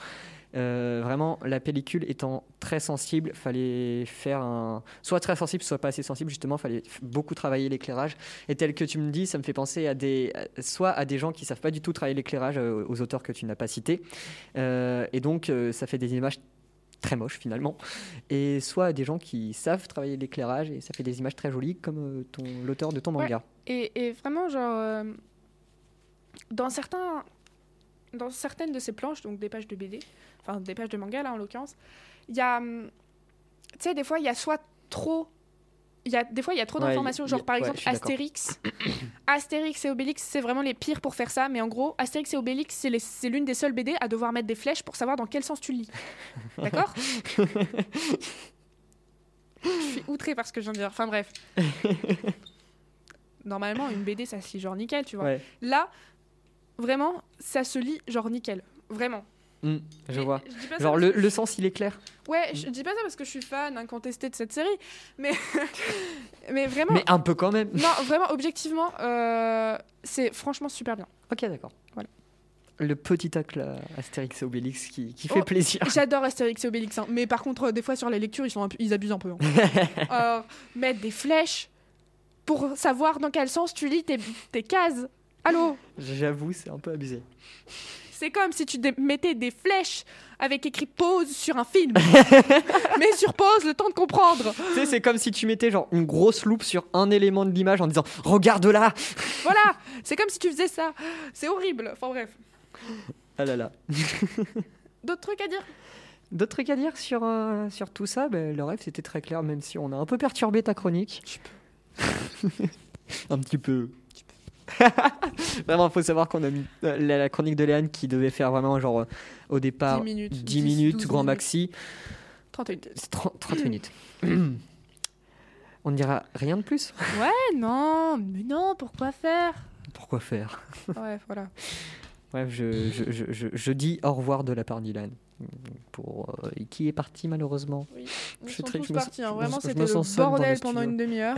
S2: Euh, vraiment, la pellicule étant très sensible, fallait faire un. soit très sensible, soit pas assez sensible, justement, fallait f- beaucoup travailler l'éclairage. Et tel que tu me dis, ça me fait penser à des. à- soit à des gens qui savent pas du tout travailler l'éclairage, euh, aux auteurs que tu n'as pas cités. Euh, et donc, euh, ça fait des images très moches, finalement. Et soit à des gens qui savent travailler l'éclairage, et ça fait des images très jolies, comme euh, ton, l'auteur de ton
S1: Ouais.
S2: manga.
S1: Et, et vraiment, genre, euh, dans, certains, dans certaines de ces planches, donc des pages de BD, enfin des pages de manga là en l'occurrence, il y a. hum, Tu sais, des fois, il y a soit trop. il Y a, des fois, il y a trop
S2: Ouais,
S1: d'informations.
S2: y-
S1: Genre,
S2: y-
S1: par
S2: ouais,
S1: exemple,
S2: je suis d'accord.
S1: Astérix. [COUGHS] Astérix et Obélix, c'est vraiment les pires pour faire ça. Mais en gros, Astérix et Obélix, c'est les- c'est l'une des seules BD à devoir mettre des flèches pour savoir dans quel sens tu lis.
S2: [LAUGHS]
S1: D'accord Je suis outrée par ce que je viens de dire. Enfin, bref. Normalement, une BD, ça se lit genre nickel, tu vois.
S2: Ouais.
S1: Là, vraiment, ça se lit genre nickel. Vraiment.
S2: Hmm, je
S1: Et-
S2: vois.
S1: Je dis pas ça
S2: Genre,
S1: parce
S2: le,
S1: que-
S2: le sens, il est clair.
S1: Ouais, je dis pas ça parce que je suis fan incontesté de cette série, mais, [LAUGHS] mais vraiment,
S2: Mais un peu quand même.
S1: non, vraiment, objectivement, euh, c'est franchement super bien.
S2: Ok, d'accord.
S1: Voilà.
S2: Le petit tacle à Astérix et Obélix qui, qui
S1: Oh.
S2: fait
S1: [LAUGHS]
S2: plaisir. [LAUGHS]
S1: J'adore Astérix et Obélix, hein, mais par contre, euh, des fois sur les lectures, ils, sont un peu- ils abusent un peu. hein. Euh, mettre des flèches pour savoir dans quel sens tu lis tes, tes cases. Allô
S2: J'avoue, c'est un peu abusé.
S1: C'est comme si tu dé- mettais des flèches avec écrit pause sur un film. mais sur pause, le temps de comprendre.
S2: tu sais, c'est comme si tu mettais genre une grosse loupe sur un élément de l'image en disant Regarde là
S1: Voilà, c'est comme si tu faisais ça. C'est horrible. Enfin bref.
S2: Ah là là.
S1: D'autres trucs à dire
S2: D'autres trucs à dire sur, euh, sur tout ça Ben, Le rêve, c'était très clair, même si on a un peu perturbé ta chronique. un petit peu. [LAUGHS] vraiment, faut savoir qu'on a mis euh, la, la chronique de Léane qui devait faire vraiment genre euh, au départ
S1: 10 minutes.
S2: 10,
S1: 10,
S2: minutes,
S1: 12
S2: grand
S1: minutes.
S2: maxi.
S1: 31.
S2: C'est 30, [CLEARS THROAT] 30 minutes. On ne dira rien de plus.
S1: Eh non, mais non, pourquoi faire
S2: Pourquoi faire
S1: Ouais, voilà.
S2: Bref, je, je, je, je- je dis au revoir de la part d'Ilan. Pour, euh, qui est parti malheureusement.
S1: Ils
S2: Je suis
S1: sont
S2: très- je
S1: tous
S2: me-
S1: partis, hein.
S2: je me-
S1: vraiment
S2: je me
S1: c'était
S2: sens
S1: le
S2: seul dans le
S1: bordel
S2: studio.
S1: pendant une
S2: [LAUGHS]
S1: demi-heure.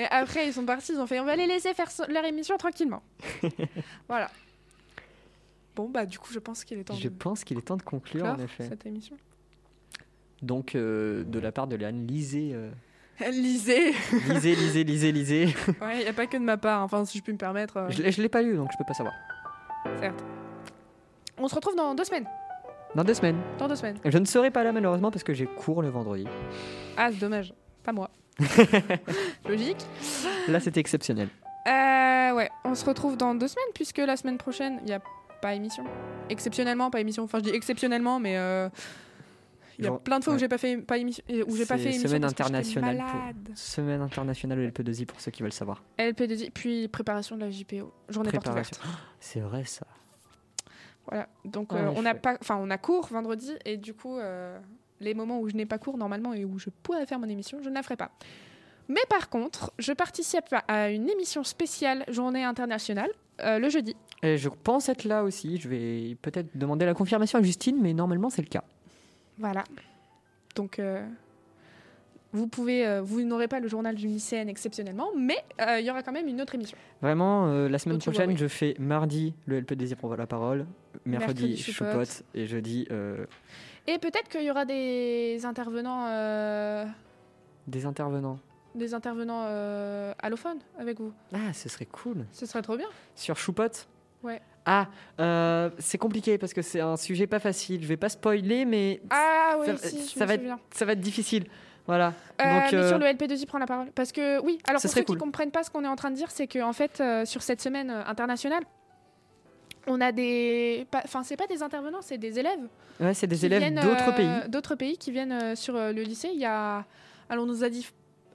S1: Et après ils sont partis, ils ont fait on va les laisser faire so- leur émission
S2: [LAUGHS]
S1: tranquillement. voilà. Bon bah du coup je pense qu'il est temps
S2: Je
S1: de
S2: pense qu'il est temps de conclure
S1: clore
S2: en effet.
S1: cette émission. [LAUGHS]
S2: Donc euh, de la part de Léane, lisez, euh,
S1: Lisez
S2: lisez, lisez, lisez, [LAUGHS] lisez.
S1: Ouais, y a pas que de ma part, enfin si je puis me permettre. euh,
S2: Je l'ai- je l'ai pas lu donc je peux pas savoir.
S1: On se retrouve dans deux semaines.
S2: Dans deux semaines.
S1: Dans deux semaines.
S2: Je ne serai pas là malheureusement parce que j'ai cours le vendredi.
S1: Ah c'est dommage, pas
S2: [LAUGHS]
S1: moi. Logique.
S2: Là c'était exceptionnel.
S1: Euh, ouais, on se retrouve dans deux semaines, puisque la semaine prochaine, il n'y a pas émission. Exceptionnellement, pas émission. Enfin, je dis exceptionnellement, mais euh, il y a
S2: Genre,
S1: plein de fois
S2: ouais.
S1: où j'ai pas fait pas émission, et où j'ai pas
S2: C'est
S1: fait émission
S2: semaine
S1: parce que j'étais
S2: internationale pour-
S1: malade.
S2: Semaine internationale de LP2I pour ceux qui veulent savoir.
S1: LP2I, puis préparation de la JPO, journée porte
S2: Préparation.
S1: ouverte.
S2: C'est vrai ça.
S1: Voilà. Donc
S2: En
S1: euh, on a
S2: effet.
S1: pas, enfin on a cours vendredi et du coup euh, les moments où je n'ai pas cours normalement et où je pourrais faire mon émission, je ne la ferai pas. Mais par contre, je participe à- à une émission spéciale journée internationale euh, le jeudi.
S2: Et je pense être là aussi. Je vais peut-être demander la confirmation à Justine, mais normalement c'est le cas.
S1: Voilà. Donc, euh, vous pouvez, euh, vous n'aurez pas le journal d'une lycéenne exceptionnellement, mais euh, il y aura quand même une autre émission.
S2: Vraiment, euh, la semaine
S1: Donc, tu vois,
S2: prochaine,
S1: oui.
S2: je fais mardi le LP Désir pour la parole, mercredi,
S1: Mercredi,
S2: Choupot,
S1: Choupotte.
S2: et jeudi euh,
S1: Et peut-être qu'il y aura des intervenants, euh,
S2: des intervenants.
S1: des intervenants euh, allophones avec vous.
S2: Ah, ce serait cool.
S1: Ce serait trop bien.
S2: Sur Choupot
S1: Ouais.
S2: Ah, euh, c'est compliqué parce que c'est un sujet pas facile. Je vais pas spoiler, mais
S1: Ah oui,
S2: Ça-
S1: si, je
S2: ça
S1: me
S2: va être-
S1: souviens.
S2: ça va être difficile. Voilà.
S1: Euh,
S2: Donc,
S1: mais
S2: euh,
S1: sur le LP2I, prend la parole. Parce que oui, alors
S2: ça
S1: pour
S2: serait
S1: ceux
S2: cool.
S1: qui comprennent pas ce qu'on est en train de dire, c'est qu'en fait, euh, sur cette semaine euh, internationale, on a des... pas- Enfin, c'est pas des intervenants, c'est des élèves
S2: ouais, c'est des
S1: qui
S2: élèves
S1: viennent,
S2: d'autres
S1: euh,
S2: pays.
S1: D'autres pays qui viennent euh, sur euh, le lycée. Il y a, alors on nous a dit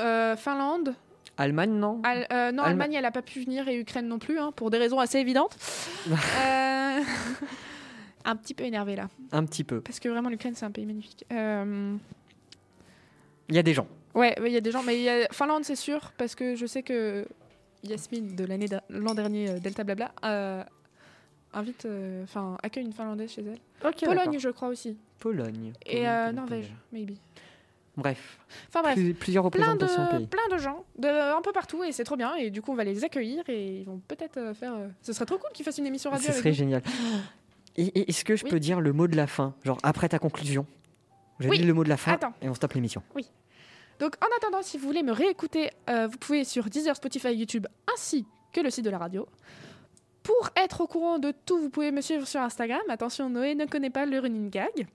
S1: euh, Finlande,
S2: Allemagne, non
S1: Al- euh, non
S2: Allem-
S1: Allemagne, elle a pas pu venir et Ukraine non plus, hein, pour des raisons assez
S2: [LAUGHS]
S1: évidentes. Euh, [LAUGHS] Un petit peu énervé là,
S2: Un petit peu.
S1: parce que vraiment l'Ukraine c'est un pays magnifique. Euh,
S2: Il y a des gens.
S1: Ouais, ouais, il y a des gens, mais il y a Finlande c'est sûr, parce que je sais que Yasmine de l'année d'a- l'an dernier euh, Delta Blabla euh, invite, euh, enfin accueille une Finlandaise chez elle. Pologne je crois aussi
S2: Pologne.
S1: et
S2: Pologne,
S1: euh,
S2: Pologne,
S1: Norvège
S2: Pologne.
S1: maybe.
S2: Bref,
S1: Enfin bref.
S2: plus- plusieurs
S1: plein de,
S2: représentations de pays.
S1: plein de gens de, un peu partout et c'est trop bien et du coup on va les accueillir et ils vont peut-être euh, faire euh, ce serait trop cool qu'ils fassent une émission radio
S2: Ce
S1: avec
S2: serait
S1: nous.
S2: génial. Et- et- Est-ce que je
S1: Oui.
S2: peux dire le mot de la fin Genre après ta conclusion J'ai
S1: Oui.
S2: dit le mot de la fin
S1: Attends.
S2: et on stoppe l'émission.
S1: Donc en attendant, si vous voulez me réécouter, euh, vous pouvez sur Deezer, Spotify, YouTube ainsi que le site de la radio. Pour être au courant de tout, vous pouvez me suivre sur Instagram. Attention, Noé ne connaît pas le running gag.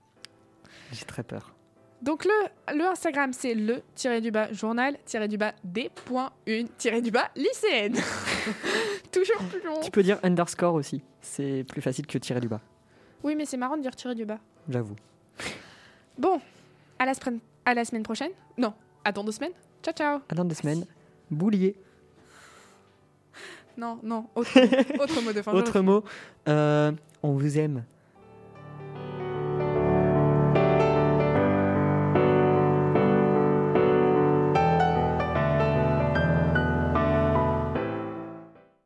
S2: J'ai très peur.
S1: Donc le, le Instagram, c'est le tiré du bas journal tiré du bas des points une tiré du bas lycéenne. [LAUGHS] Toujours plus long.
S2: Tu peux dire underscore aussi. C'est plus facile que tirer du bas,
S1: Oui, mais c'est marrant de dire tiré du bas.
S2: j'avoue.
S1: Bon, à la, spren- à la semaine prochaine. Non, à dans deux semaines. Ciao, ciao.
S2: À dans deux semaines, boulier.
S1: Non, non, autre, autre mot de fin. je
S2: [LAUGHS] Autre mot, euh, on vous aime.